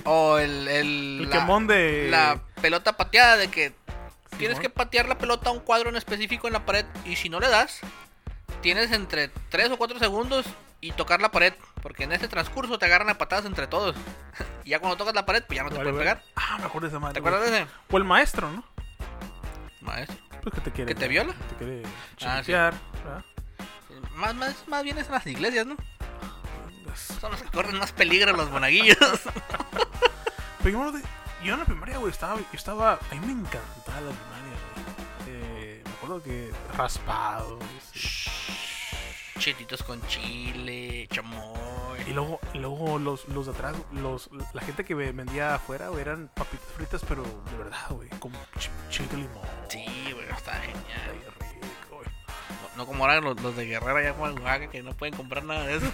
o el, el,
El
la,
quemón de.
la pelota pateada de que tienes
Simón.
que patear la pelota a un cuadro en específico en la pared y si no le das, tienes entre 3 o 4 segundos y tocar la pared, porque en ese transcurso te agarran a patadas entre todos. y ya cuando tocas la pared, pues ya no te
Vale,
pueden
vale.
pegar.
Ah, me acuerdo de esa madre.
¿Te acuerdas de ese
O el maestro, ¿no?
maestro?
Pues que te quiere.
¿Que te viola?
Te quiere
Ah, sí.
chiquear, ¿verdad?
Más, más, más bien es en las iglesias, ¿no? Son los que corren más peligro los monaguillos.
Pero yo, me acuerdo de- yo en la primaria, güey, estaba, yo estaba. A mí me encantaba la primaria, güey. Eh, me acuerdo que raspados.
Chetitos con chile,
Y
chamoy.
luego, y luego los, los de atrás, los, la gente que ve- vendía afuera, güey, eran papitas fritas, pero de verdad, güey, con ch chile y limón.
Sí, güey, está
Ay,
genial.
rico, güey.
No, no como ahora los, los de Guerrero allá por Oaxaca que no pueden comprar nada de eso.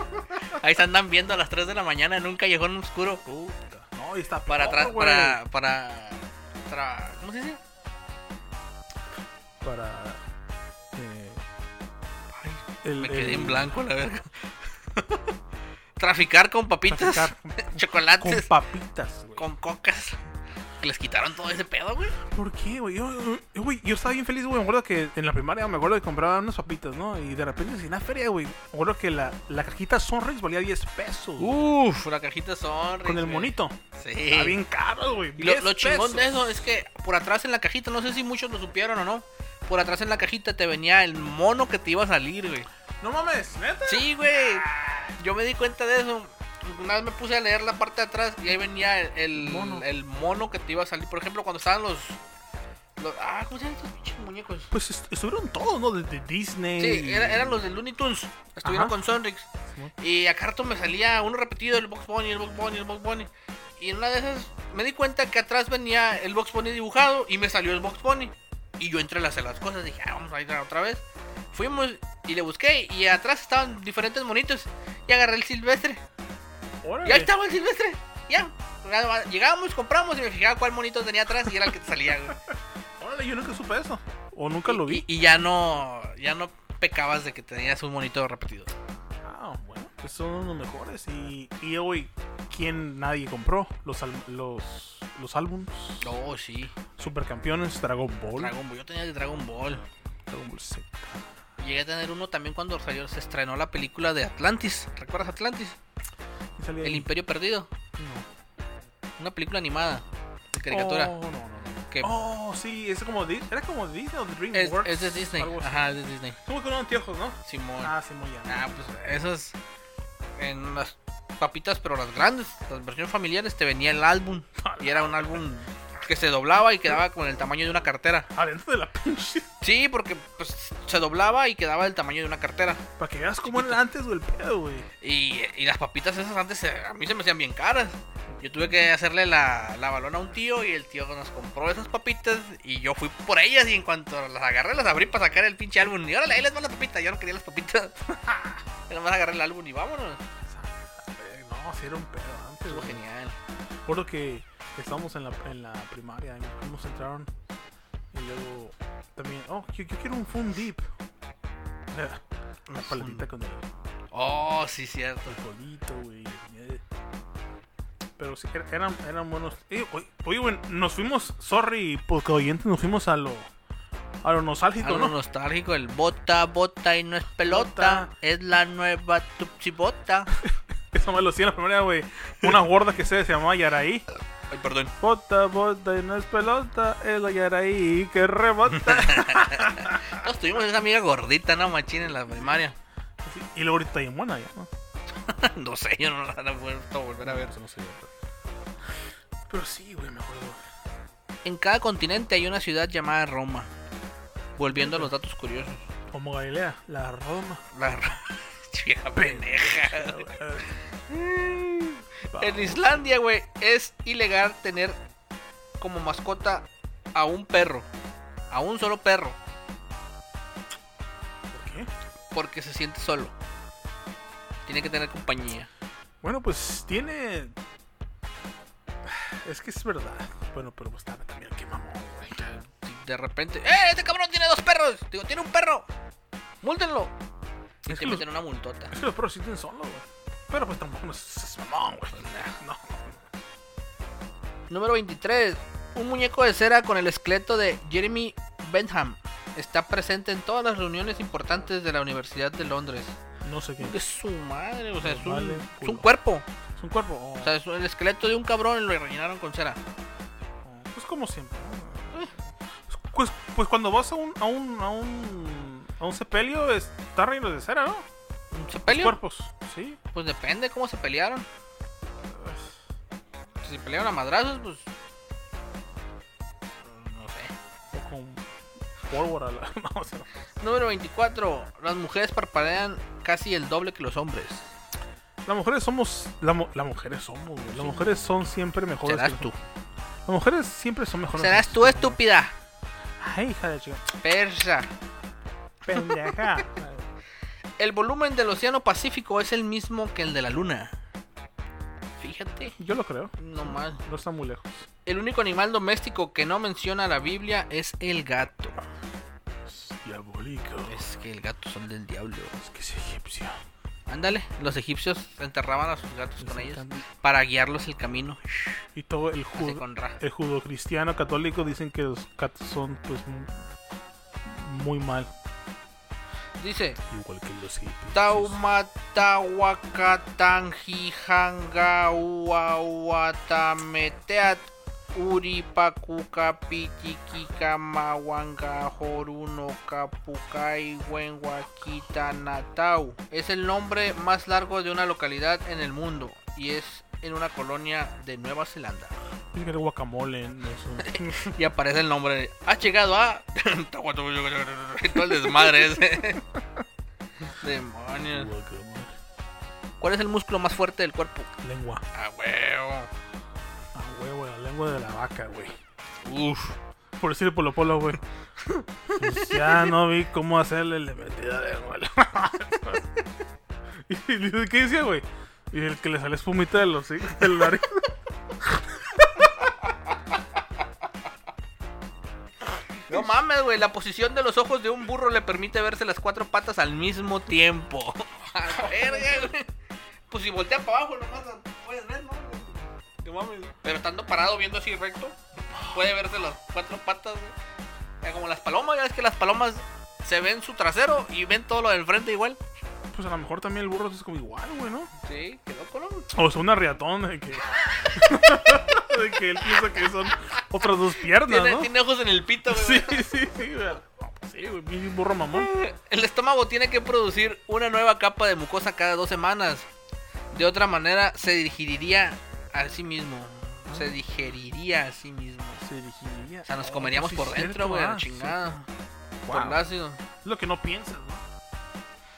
Ahí se andan viendo a las 3 de la mañana en un callejón oscuro.
Puta. No, y está
Para
peor,
atrás,
güey.
para, para, tra- ¿Cómo se dice?
Para. eh,
Ay,
el-
me quedé
el-
en blanco, la verga. Traficar con papitas,
traficar con-
chocolates,
Con papitas, güey.
con cocas. que les quitaron todo ese pedo, güey.
¿Por qué, güey? Yo, yo, güey, yo estaba bien feliz, güey. Me acuerdo que en la primaria me acuerdo que compraba unas papitas, ¿no? Y de repente, sin la feria, güey. Me acuerdo que la, la cajita Sonrix valía 10 pesos. güey,
Uf, la cajita son.
con el monito.
Sí.
Está bien caro, güey.
eh, Y lo,
10
lo chingón de
pesos.
eso es que por atrás en la cajita, no sé si muchos lo supieron o no, por atrás en la cajita te venía el mono que te iba a salir, güey.
No mames, neta.
Sí, güey. Yo me di cuenta de eso. Una vez me puse a leer la parte de atrás y ahí venía el, el- el
Mono.
mono. que te iba a salir. Por ejemplo, cuando estaban los. los- ah, ¿cómo se llaman estos pinches muñecos?
Pues est- estuvieron todos, ¿no? De, de Disney.
Sí, era- eran los de Looney Tunes. Estuvieron
Ajá.
con Sonrix.
Simón.
Y a rato me salía uno repetido, el Box Bunny, el Box Bunny, el Box Bunny. Y en una de esas me di cuenta que atrás venía el Box Bunny dibujado y me salió el Box Bunny. Y yo entre las, las cosas dije, ah, vamos a ir otra vez. Fuimos y le busqué y atrás estaban diferentes monitos. Y agarré el silvestre.
Órale.
Y ahí estaba el silvestre. Ya. Nada más, Llegábamos, compramos y me fijaba cuál monito tenía atrás y era el que te salía. güey.
Órale, yo nunca supe eso. O nunca lo vi.
Y, y ya no, ya no pecabas de que tenías un monito repetido.
Ah, bueno. Pues son los mejores. Y, y güey, ¿quién nadie compró? Los, al- los, los álbums.
Oh, sí.
Supercampeones, Dragon Ball.
Dragon Ball. Yo tenía el Dragon Ball.
Dragon Ball Z.
Llegué a tener uno también cuando salió, se estrenó la película de Atlantis. ¿Recuerdas Atlantis?
¿Quién salía
El
ahí?
Imperio Perdido.
No.
Una película animada. De caricatura.
Oh, no, no, no.
que
Oh, sí, es como Di- era como Disney o
es,
DreamWorks.
es de Disney.
algo así.
Ajá, es de Disney.
Como con anteojos, ¿no?
Simón.
Ah, sí, muy bien.
Ah, pues esas. En las papitas, pero las grandes, las versiones familiares, te venía el álbum. Y era un álbum que se doblaba y quedaba con el tamaño de una cartera.
Adentro de la pinche.
Sí, porque pues, se doblaba y quedaba del tamaño de una cartera.
Para que veas cómo era antes, güey, el pedo, güey.
Y, y las papitas esas antes se- a mí se me hacían bien caras. Yo tuve que hacerle la, la balona a un tío y el tío nos compró esas papitas y yo fui por ellas y en cuanto las agarré las abrí para sacar el pinche álbum. Y órale, ahí les van las papitas, yo no quería las papitas. Yo nomás agarré el álbum y vámonos.
Eh, No, sí era un pedo antes,
Estuvo
güey.
genial.
Recuerdo que estábamos en la, en la primaria y mis primos entraron. Y luego también, oh, yo, yo quiero un Fundip. La, la paletita con el,
Oh, sí, cierto.
el colito, güey. Eh. Pero sí, er- eran, eran buenos. Eh, oye, oye, güey, nos fuimos, sorry, porque oyentes, nos fuimos a lo, a lo nostálgico,
Algo
¿no?
nostálgico, el bota, bota y no es pelota.
Bota.
Es la nueva Tupsi Bota.
Eso me lo hacía en la primaria, güey. Una gorda que se, se llamaba Yaraí.
Ay, perdón.
Bota, bota y no es pelota, es la Yaraí que rebota.
Todos tuvimos esa amiga gordita, ¿no? Machín en la primaria.
Sí, Y luego ahorita bien buena ya, ¿no?
no sé, yo no la he vuelto a volver a ver.
no sé. Pero sí, güey, me acuerdo.
En cada continente hay una ciudad llamada Roma. Volviendo a los datos curiosos.
Como Galilea, la Roma.
La Ro- vieja
Eh,
pendeja.
Mm.
En Islandia, güey, es ilegal tener como mascota a un perro. A un solo perro.
¿Por qué?
Porque se siente solo. Tiene que tener compañía.
Bueno, pues tiene. Es que es verdad. Bueno, pero pues dame también qué mamón, güey.
Si De repente, ¡eh! Este cabrón tiene dos perros. Digo, tiene un perro. Múltenlo. Y
Es
te
que los-
meten una multota.
Es que los perros sí tienen solo, güey. Pero pues tampoco no es, es mamón, güey. No.
Número 23. Un muñeco de cera con el esqueleto de Jeremy Bentham. Está presente en todas las reuniones importantes de la Universidad de Londres.
No sé qué.
Es su madre, o sea, es un,
Vale,
es un
culo.
cuerpo.
Es un cuerpo. o-
O sea, es un- el esqueleto de un cabrón y lo rellenaron con cera.
o- Pues como siempre, ¿no?
eh.
Pues- Pues, pues cuando vas a un, a un, a un, a un sepelio, está reino de cera, ¿no?
¿Un
Los
sepelio?
cuerpos, sí.
Pues depende cómo se pelearon. Si se pelearon a madrazos, pues. No sé.
O con pólvora. la- no, o sea,
Número 24. Las mujeres parpadean casi el doble que los hombres.
las mujeres somos. la mu- Las mujeres somos, güey. Las mujeres son siempre mejores. que
Serás
los
tú.
hombres. Las mujeres siempre son mejores. que
Serás
los
tú,
hombres.
estúpida.
Ay, hija de chica.
Persa.
Pendeja.
El volumen del Océano Pacífico es el mismo que el de la Luna. Fíjate,
Yo lo creo.
nomás.
No está muy lejos.
El único animal doméstico que no menciona la Biblia es el gato.
Diabólico.
Es que el gato son del diablo.
Es que es egipcio.
Ándale, los egipcios enterraban a sus gatos con ellos
Exactamente.
para guiarlos el camino.
Y todo el
Así
judo,
con ra.
el judocristiano católico dicen que los cats son pues mu- muy mal.
Dice,
Igual que los egipcios.
Taumata wakatanji hanga uawatameteat uripakuka pitikika mawanga horuno kapukai wenwakitanatau. Es el nombre más largo de una localidad en el mundo y es en una colonia de Nueva Zelanda.
Dicen que era guacamole. no es un-
Y aparece el nombre. Ha llegado a. Todo el desmadre ese. Demonios.
guacamole.
¿Cuál es el músculo más fuerte del cuerpo?
Lengua.
Ah, huevo.
Ah, güey, güey, la lengua de la vaca, güey.
Uf.
Por decir Polo Polo, güey. Pues ya no vi cómo hacerle la metida de lengua. a la vaca. ¿Y dice, qué decía, güey? Y el que le sale espumita de los del nariz.
No mames, güey. La posición de los ojos de un burro le permite verse las cuatro patas al mismo tiempo. A la verga, güey. Pues si voltea para abajo, nomás la puedes ver, ¿no? No mames. Pero estando parado, viendo así recto, puede verse las cuatro patas, güey. Ya Como las palomas, ya ves que las palomas se ven su trasero y ven todo lo del frente igual.
Pues a lo mejor también el burro es como igual, güey, ¿no?
Sí, quedó colón.
O sea, una riatón de que. de que él piensa que son otras dos piernas,
Tiene,
¿no?
tiene ojos en el pito, güey.
Sí, sí, sí, güey. pues Sí, güey, pinche burro mamón.
El estómago tiene que producir una nueva capa de mucosa cada dos semanas. De otra manera, se digeriría a sí mismo. Se digeriría a sí mismo.
Se dirigiría.
O sea, nos comeríamos
pues
por dentro, güey, a la chingada. Por el ácido.
ah, Lo que no piensas, güey.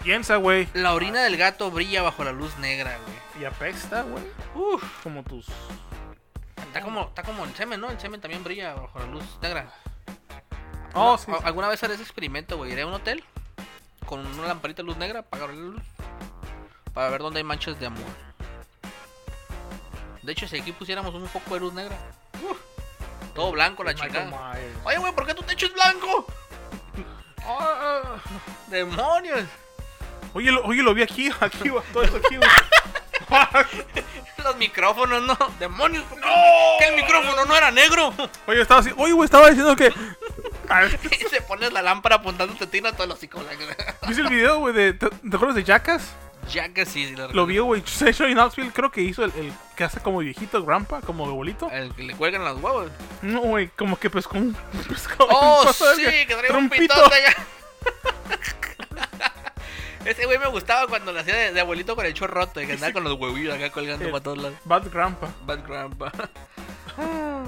Piensa, güey.
La orina del gato brilla bajo la luz negra, güey.
Y apesta, güey.
Uf,
Como tus.
está como, está como el semen, ¿no? El semen también brilla bajo la luz negra.
Oh,
Una-
sí.
a- ¿Alguna vez haré ese experimento, güey? Iré a un hotel con una lamparita de luz negra, apagar la luz para ver dónde hay manchas de amor. De hecho, si aquí pusiéramos un poco de luz negra, ¡uf! todo blanco la chingada. Oye, güey, ¿por qué tu techo es blanco? ¡Demonios!
Oye, lo, oye, lo vi aquí, aquí, güey. Todo eso aquí, güey.
Los micrófonos, no. ¡Demonios! ¿por qué-
¡Oh!
que el micrófono no era negro!
Oye, estaba así. Oye, güey, estaba diciendo que. A ver,
y se pones la lámpara apuntando tetina todos los psicólogos.
¿Viste el video, güey? De, ¿te, te acuerdas de Jackass?
ya que sí, lo,
Lo vio, güey. Session Knoxville creo que hizo el, el que hace como viejito, grandpa, como abuelito.
El que le cuelgan las huevos.
No, güey, como que pescó un. pescó un
Oh,
coso de-
sí, que traía un
trompito.
pitote allá. Ese güey me gustaba cuando lo hacía de, de abuelito con el chorro roto y que andaba con los huevillos acá colgando
Sí.
para todos lados.
Bad grandpa.
Bad grandpa.
Ah.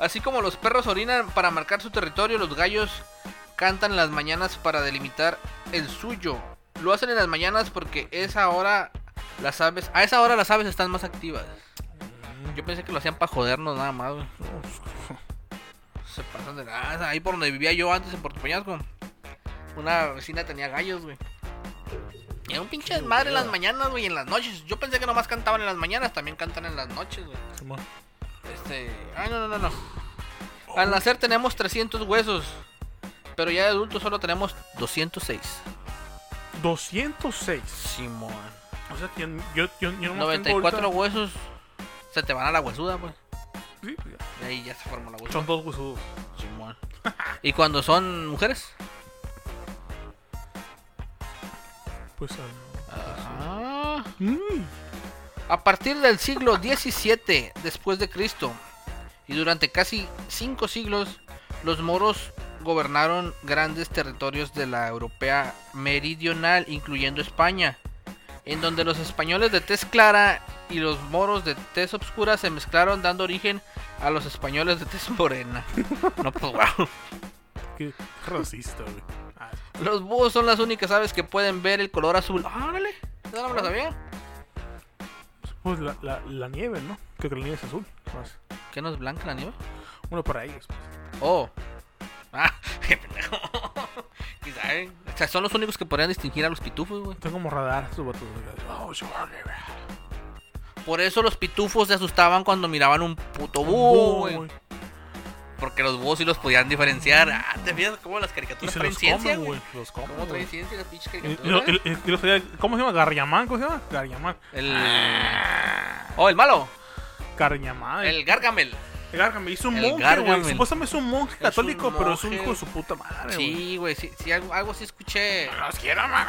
Así como los perros orinan para marcar su territorio, los gallos cantan las mañanas para delimitar el suyo. Lo hacen en las mañanas porque esa hora las aves, a esa hora las aves están más activas. Yo pensé que lo hacían para jodernos nada más. güey. Se pasan de lanza. Ahí por donde vivía yo antes en Puerto Peñasco. Una vecina tenía gallos, güey. Y era un pinche desmadre en las mañanas, güey, y en las noches. Yo pensé que nomás cantaban en las mañanas, también cantan en las noches, güey.
Simón.
Este. Ay, no, no, no, no. Al nacer tenemos 300 huesos. Pero ya de adultos solo tenemos 206.
206.
Simón.
O sea, que yo, yo, yo, yo no
94 huesos. Se te van a la huesuda, pues.
Sí,
Y ahí ya se formó la huesuda.
son dos huesudos.
Simón. ¿Y cuando son mujeres?
Pues. ah,
Ah.
no. Mm.
A partir del siglo XVII después de Cristo y durante casi cinco siglos, los moros gobernaron grandes territorios de la europea meridional, incluyendo España, en donde los españoles de tez clara y los moros de tez obscura se mezclaron dando origen a los españoles de tez morena. No, pues, wow.
Qué racista, güey. Ah,
Los búhos son las únicas aves que pueden ver el color azul. Ah, órale, esa no me la sabía.
Pues la, la, la nieve, ¿no? Creo que la nieve es azul. Más.
¿Qué no es blanca la nieve?
Uno para ellos. pues.
Oh. Ah, qué pendejo. ¿Quién sabe? O sea, son los únicos que podrían distinguir a los pitufos, güey.
Tengo como radar esos vatos. güey. Oh, yo, güey.
Por eso los pitufos se asustaban cuando miraban un puto
Búho,
búho, güey.
güey.
Porque los búhos sí los podían diferenciar. Ah, te fijas cómo las
Mm. Y
caricaturas
se
traen
los
ciencia,
comen,
güey.
güey. Los comen.
¿Cómo
güey.
traen ciencia las pinches
Y- y lo-
caricaturas?
y- y- y los traía- ¿Cómo se llama? Garriamán, ¿cómo se llama? Garriamán.
El.
Ah.
Oh, el malo.
Garriamán.
El Gargamel.
El Gargamel. Es un
el
monje, güey.
Gargamel.
Supuestamente es un monje
un
católico, pero es un
monje.
hijo de su puta madre, güey.
Sí, güey, sí, sí, algo, algo sí escuché.
Los quiero, mamá.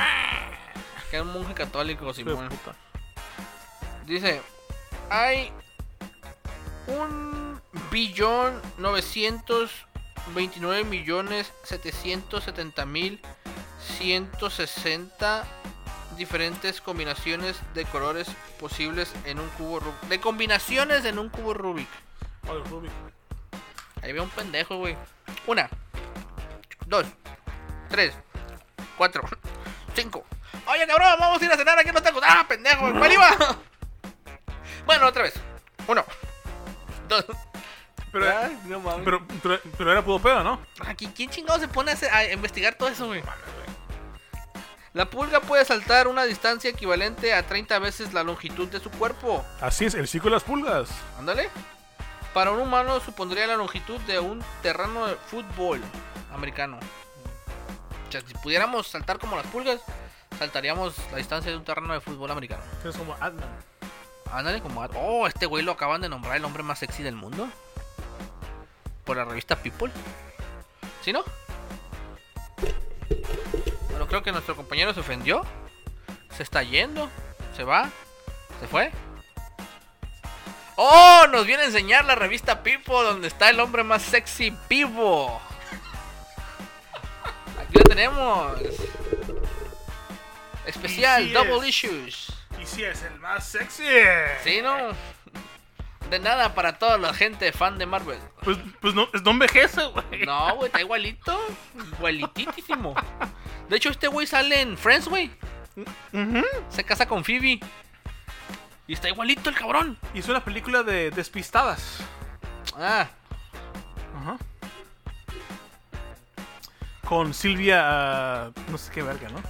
Que era un monje católico,
Hijo de
Simón.
puta.
Dice, hay un billón 929 millones 770 mil 160 diferentes combinaciones de colores posibles en un cubo Rubik. De combinaciones en un cubo Rubik.
Oye, Rubik.
Ahí veo un pendejo, güey. Una, dos, tres, cuatro, cinco. Oye, cabrón, vamos a ir a cenar aquí no tengo. ¡Ah, pendejo! ¿Cuál iba? Bueno, otra vez. Uno, dos.
Pero,
Ay, no mames.
pero, pero, pero era pudo pedo, ¿no?
Aquí, ¿quién chingado se pone a, hacer- a investigar todo eso, güey? La pulga puede saltar una distancia equivalente a 30 veces la longitud de su cuerpo.
Así es, el ciclo de las pulgas.
Ándale. Para un humano supondría la longitud de un terreno de fútbol americano. O sea, si pudiéramos saltar como las pulgas, saltaríamos la distancia de un terreno de fútbol americano.
Es como Adnan.
Ándale como... a- Oh, este güey lo acaban de nombrar el hombre más sexy del mundo. Por la revista People. ¿Sí, no? Bueno, creo que nuestro compañero se ofendió. Se está yendo. Se va. Se fue. Oh, nos viene a enseñar la revista People donde está el hombre más sexy vivo. Aquí lo tenemos. Especial
Así
Double
es.
Issues.
Y si es el más sexy.
Sí, no. De nada para toda la gente fan de Marvel.
Pues, pues no, es- no envejece, güey.
No, güey, está igualito. Igualitísimo. De hecho, este güey sale en Friends, güey.
Ujú.
Se casa con Phoebe. Y está igualito el cabrón.
Hizo una película de despistadas.
Ah,
Ajá. Con Silvia. uh, no sé qué verga, ¿no?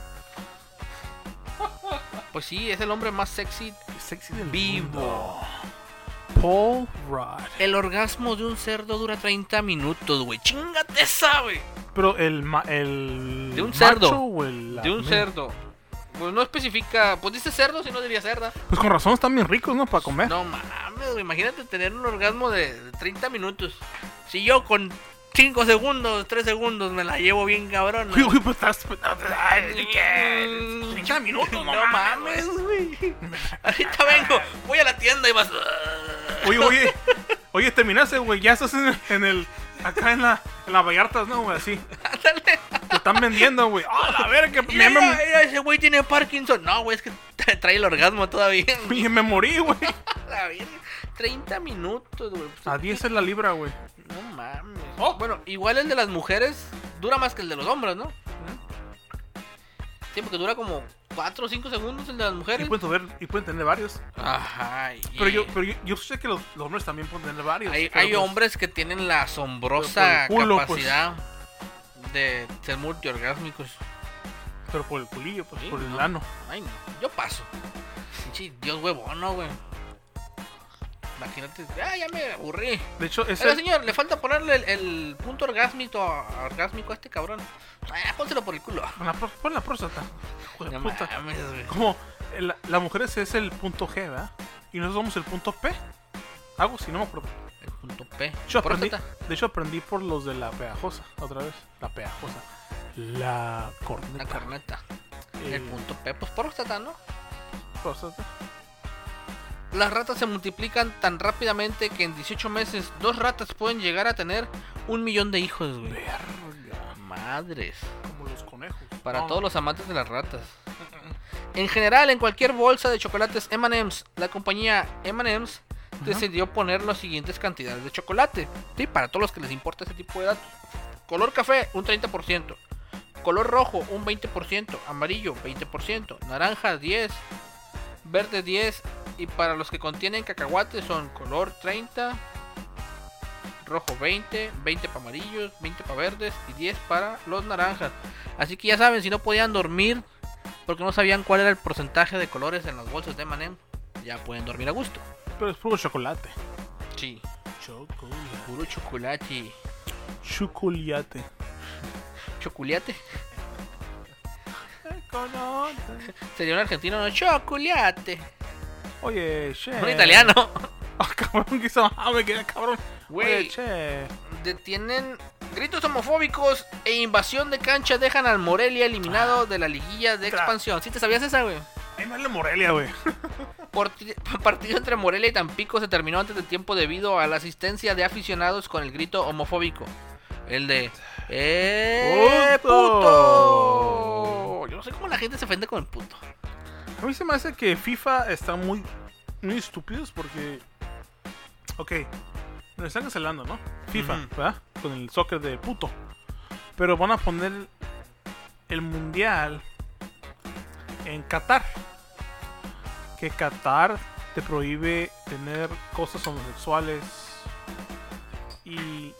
pues sí, es el hombre más sexy.
Sexy del
Vivo.
mundo. Paul Rudd.
El orgasmo de un cerdo dura 30 minutos, güey. Chingate esa, güey.
Pero el. ma- el
De un
macho
cerdo.
o el- la
De un
men-
cerdo. Pues no especifica. Pues dice cerdo si no diría cerda.
Pues con razón están bien ricos, ¿no? Para comer.
No mames, güey, imagínate tener un orgasmo de de 30 minutos. Si yo con 5 segundos, 3 segundos me la llevo bien cabrón.
Uy,
¿no?
uy, pues estás. ay, ¿qué?
Mm,
30 minutos,
No mames, güey. Ahorita vengo, voy a la tienda y vas. "Ah".
Oye, oye, oye, terminaste, güey. Ya estás en el, en el- acá en la, en las Vallartas, ¿no, güey? Así.
Ándale.
Te están vendiendo, güey. Ah, la verga, que
Mira,
me,
mira,
me,
mira, ese güey tiene Parkinson. No, güey, es que tra- trae el orgasmo todavía.
oye, me morí, güey.
La verga. 30 minutos, güey. Pues,
A 10 es la libra, güey.
No mames.
Oh.
Bueno, igual el de las mujeres dura más que el de los hombres, ¿no? Sí, porque dura como 4 o 5 segundos el de las
Y
mujeres.
pueden, tener, y pueden tener varios.
Ajá. y-
pues. Pero yo, pero yo, yo sé que los, los hombres también pueden tener varios.
hay
pero
hay
pues,
hombres que tienen la asombrosa
pero por el culo, pues.
capacidad de ser multiorgásmicos.
Pero por el culillo, pues,
Sí,
por el
no.
ano.
Ay, no, yo paso. Pinche Dios huevón, no, güey. Imagínate, ah, ya me aburrí.
De hecho,
Oiga,
ese.
señor, le falta ponerle el, el punto orgásmico a, orgásmico a este cabrón. Ah, pónselo por el culo.
Con la, pro- pon la próstata. Hijo de
No
puta.
mames, güey.
Como eh, la, la mujer ese es el punto G, ¿verdad? Y nosotros somos el punto P. Algo si no me acuerdo.
El punto P.
Yo aprendí-
Próstata.
de hecho, aprendí por los de la pegajosa, otra vez. La pegajosa. La corneta.
La corneta.
Eh,
El punto P, pues próstata, ¿no?
próstata.
Las ratas se multiplican tan rápidamente que en 18 meses dos ratas pueden llegar a tener un millón de hijos, güey.
Verga.
Madres.
Como los conejos.
Para
No,
todos los amantes de las ratas. En general, en cualquier bolsa de chocolates M&M's, la compañía M&M's decidió poner las siguientes cantidades de chocolate. Sí, para todos los que les importa ese tipo de datos. Color café, un 30%. Color rojo, un 20%. Amarillo, 20%. Naranja, 10. Verde, 10. Y para los que contienen cacahuates son color 30. Rojo 20, 20 para amarillos, 20 para verdes y 10 para los naranjas. Así que ya saben, si no podían dormir porque no sabían cuál era el porcentaje de colores en las bolsas de Manem, ya pueden dormir a gusto.
Pero es puro chocolate.
Sí.
Chocolate.
Puro chocolate.
Chocolate.
¿Choculiate? Sería un argentino, no. Choculiate.
Oye, che.
Un italiano.
Ah, cabrón, que hizo. Ah, me quedé cabrón. Oye,
Güey,
che.
detienen gritos homofóbicos e invasión de cancha. Dejan al Morelia eliminado de la liguilla de
Tra-
expansión. ¿Sí te sabías esa, güey?
Ahí me la Morelia, güey.
Porti- Partido entre Morelia y Tampico se terminó antes del tiempo debido a la asistencia de aficionados con el grito homofóbico. El de ¡Eh,
¡Puto!
puto! Yo no sé cómo la gente se ofende con el puto.
A mí se me hace que FIFA está muy, muy estúpidos porque. Ok, nos están cancelando, ¿no? FIFA,
Ujú.
¿verdad? Con el soccer de puto. Pero van a poner el mundial en Qatar. Que Qatar te prohíbe tener cosas homosexuales. Y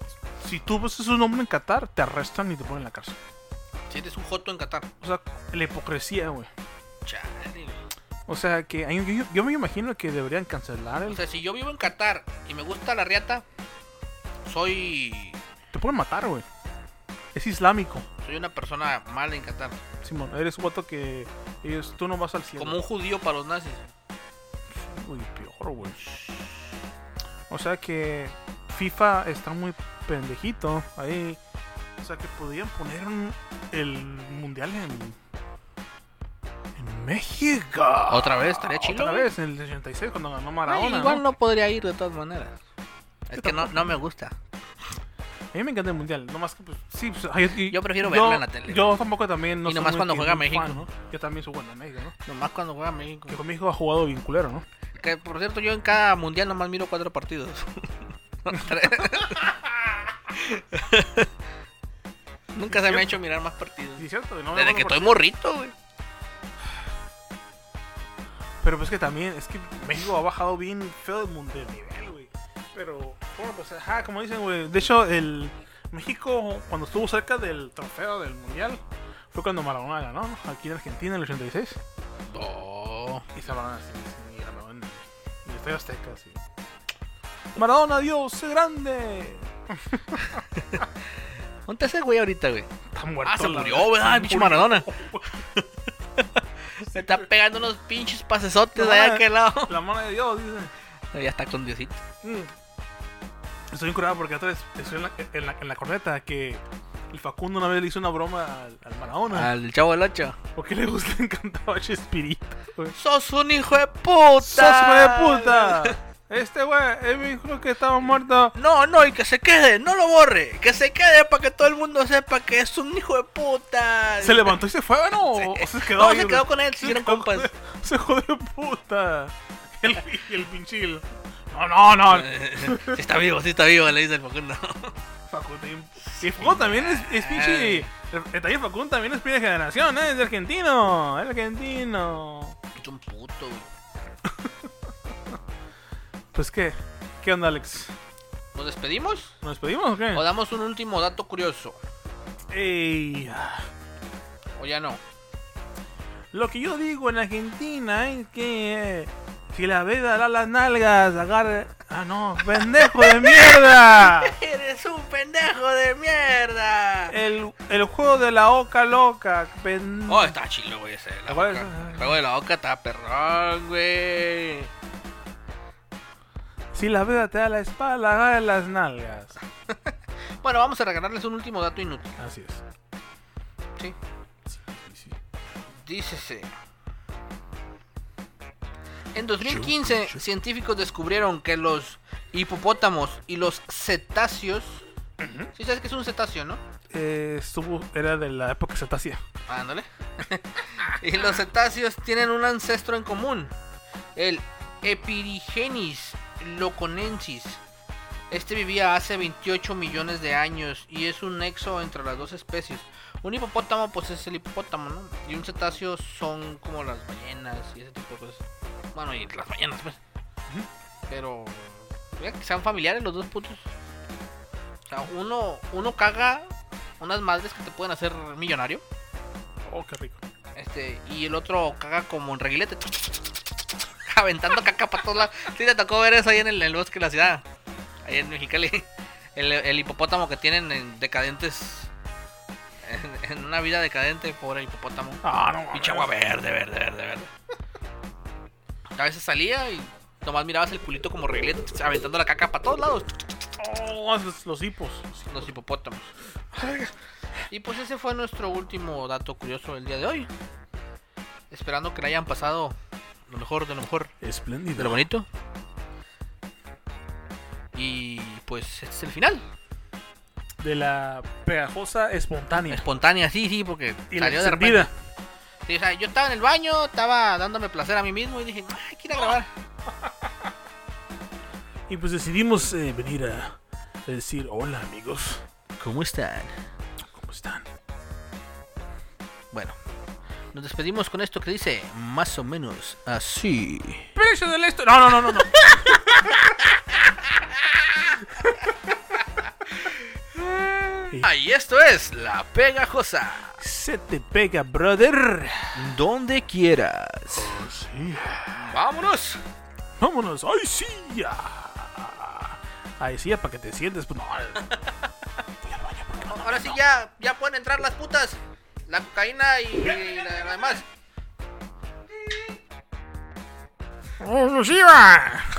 si tú ves un nombre en Qatar, te arrestan y te ponen en la cárcel.
Si eres un joto en Qatar.
O sea, la hipocresía, güey.
Chale, güey.
O sea, que hay- yo, yo me imagino que deberían cancelar el...
O sea, si yo vivo en Qatar y me gusta la riata, soy
Te pueden matar, güey. Es islámico.
soy una persona mala en Qatar.
Simón, eres un vato que ellos, tú no vas al cielo.
Como un judío para los nazis.
Uy, peor, güey. O sea que FIFA está muy pendejito ahí. O sea que podrían poner un- el mundial en, en México.
Otra vez, estaría chido.
Ah, Otra
güey.
vez, en el 86 cuando ganó
Ay,
Maradona.
igual
¿no?
no podría ir de todas maneras. Es
Yo
que no,
tampoco.
no me gusta.
A mí me encanta el mundial, nomás que pues sí, pues, ay, y-
Yo prefiero verla en la tele.
Yo tampoco también no
Y
soy
nomás
muy-
cuando
muy
juega México.
fan, ¿no? Yo también soy bueno de México, ¿no?
Nomás cuando juega México.
Que conmigo ha jugado bien culero, ¿no?
Que por cierto, yo en cada mundial nomás miro cuatro partidos. Tres. Nunca se me ha hecho mirar más partidos.
Sí, es cierto, no me
Desde
acuerdo
que
por-
estoy morrito, güey.
Pero pues que también, es que México ha bajado bien feo del mundo de nivel, güey. Pero, bueno, pues, ajá, como dicen, güey. De hecho, el México, cuando estuvo cerca del trofeo del mundial, fue cuando Maradona ganó, ¿no? Aquí en Argentina, en el 86.
No.
Y se van así, así, y la Maradona. Y estoy azteca, así. Maradona, Dios, es grande.
¿Dónde está ese güey ahorita, güey?
Está muerto.
Ah, se
la
murió,
verdad.
¿verdad?
Se
El pinche
murió.
Maradona. Se está pegando unos pinches pasesotes de allá
No,
a aquel lado.
La mano de Dios, dice.
Ya está con Diosito.
Mm. Estoy curado porque otra vez estoy en la, en, la, en la corneta que el Facundo una vez le hizo una broma al, al Maradona.
Al chavo del 8.
Porque le gusta, le encantaba Chespirito. güey.
¡Sos un hijo de puta!
¡Sos hijo de puta! Este güey, él me dijo que estaba muerto.
No, no, y que se quede, no lo borre. Que se quede para que todo el mundo sepa que es un hijo de puta.
¿Se levantó y se fue o no? ¿O se quedó
No,
ahí,
se
güey?
quedó con él, se hicieron
quedó
compas.
con- Se jodió puta. El, y el pinchil. No, no, no.
Eh. Sí está vivo, sí está vivo, le dice el Facundo.
Facundo. y- Y Facundo también es, es pinche. El el taller Facundo también es primera generación, ¿eh? Es de argentino. Es argentino.
Es un puto, güey.
Pues qué. ¿Qué onda, Alex?
¿Nos despedimos?
¿Nos despedimos o qué?
¿O damos un último dato curioso?
Ey, ah.
¿O ya no?
lo que yo digo en Argentina es que. eh, si la veda da las nalgas, agarre. Ah, no, pendejo de mierda.
¡Eres un pendejo de mierda!
El, el juego de la oca loca. Pendejo.
Oh, está chilo, güey, ese. de La
¿Cuál
boca.
es?
El juego de la boca está perrón, güey.
Si la veda te da la espalda, agarre las nalgas.
Bueno, vamos a regalarles un último dato inútil.
Así es.
Sí.
Sí, sí.
Dícese. En 2015, científicos descubrieron que los hipopótamos y los cetáceos. Sí, sabes que es un cetáceo, ¿no?
Eh, estuvo, era de la época cetácea.
Ándale. y los cetáceos tienen un ancestro en común: el Epirigenis loconensis. Este vivía hace 28 millones de años y es un nexo entre las dos especies. Un hipopótamo, pues es el hipopótamo, ¿no? Y un cetáceo son como las ballenas y ese tipo de cosas. Bueno, y las ballenas, pues. Pero. Mira que sean familiares los dos putos. O sea, uno, uno caga unas madres que te pueden hacer millonario.
Oh, qué rico.
Este, y el otro caga como un reguilete. Aventando caca para todos lados. Sí, te tocó ver eso ahí en el, en el bosque de la ciudad. ahí en Mexicali. El, el hipopótamo que tienen en decadentes. En, en una vida decadente, pobre hipopótamo.
Ah, no.
Pinche agua
mames.
verde, verde, verde, verde. A veces salía y nomás mirabas el culito como reglete, aventando la caca para todos lados.
Oh, los, los hipos.
Los hipopótamos. Y pues ese fue nuestro último dato curioso del día de hoy. Esperando que le hayan pasado lo mejor de lo mejor de lo
Espléndido.
bonito. Y pues este es el final.
De la pegajosa espontánea.
Espontánea, sí, sí, porque
Y la
salió de repente.
encendida.
Sí, o sea, yo estaba en el baño, estaba dándome placer a mí mismo y dije, ay, quiero grabar.
Y pues decidimos eh, venir a decir: Hola, amigos.
¿Cómo están?
¿Cómo están?
Bueno, nos despedimos con esto que dice más o menos así.
Precio del esto. No, no, no, no. no.
Ahí esto es La Pegajosa.
Se te pega, brother.
Donde quieras.
Pues Sí.
Vámonos.
Vámonos. ¡Ay, sí! ya! Ay, sí, ya, para que te sientes. Pues no. Voy al baño, porque no, no,
Ahora sí
no.
ya, ya pueden entrar las putas. La cocaína y, y la, la demás.
¡Oh, Lucía!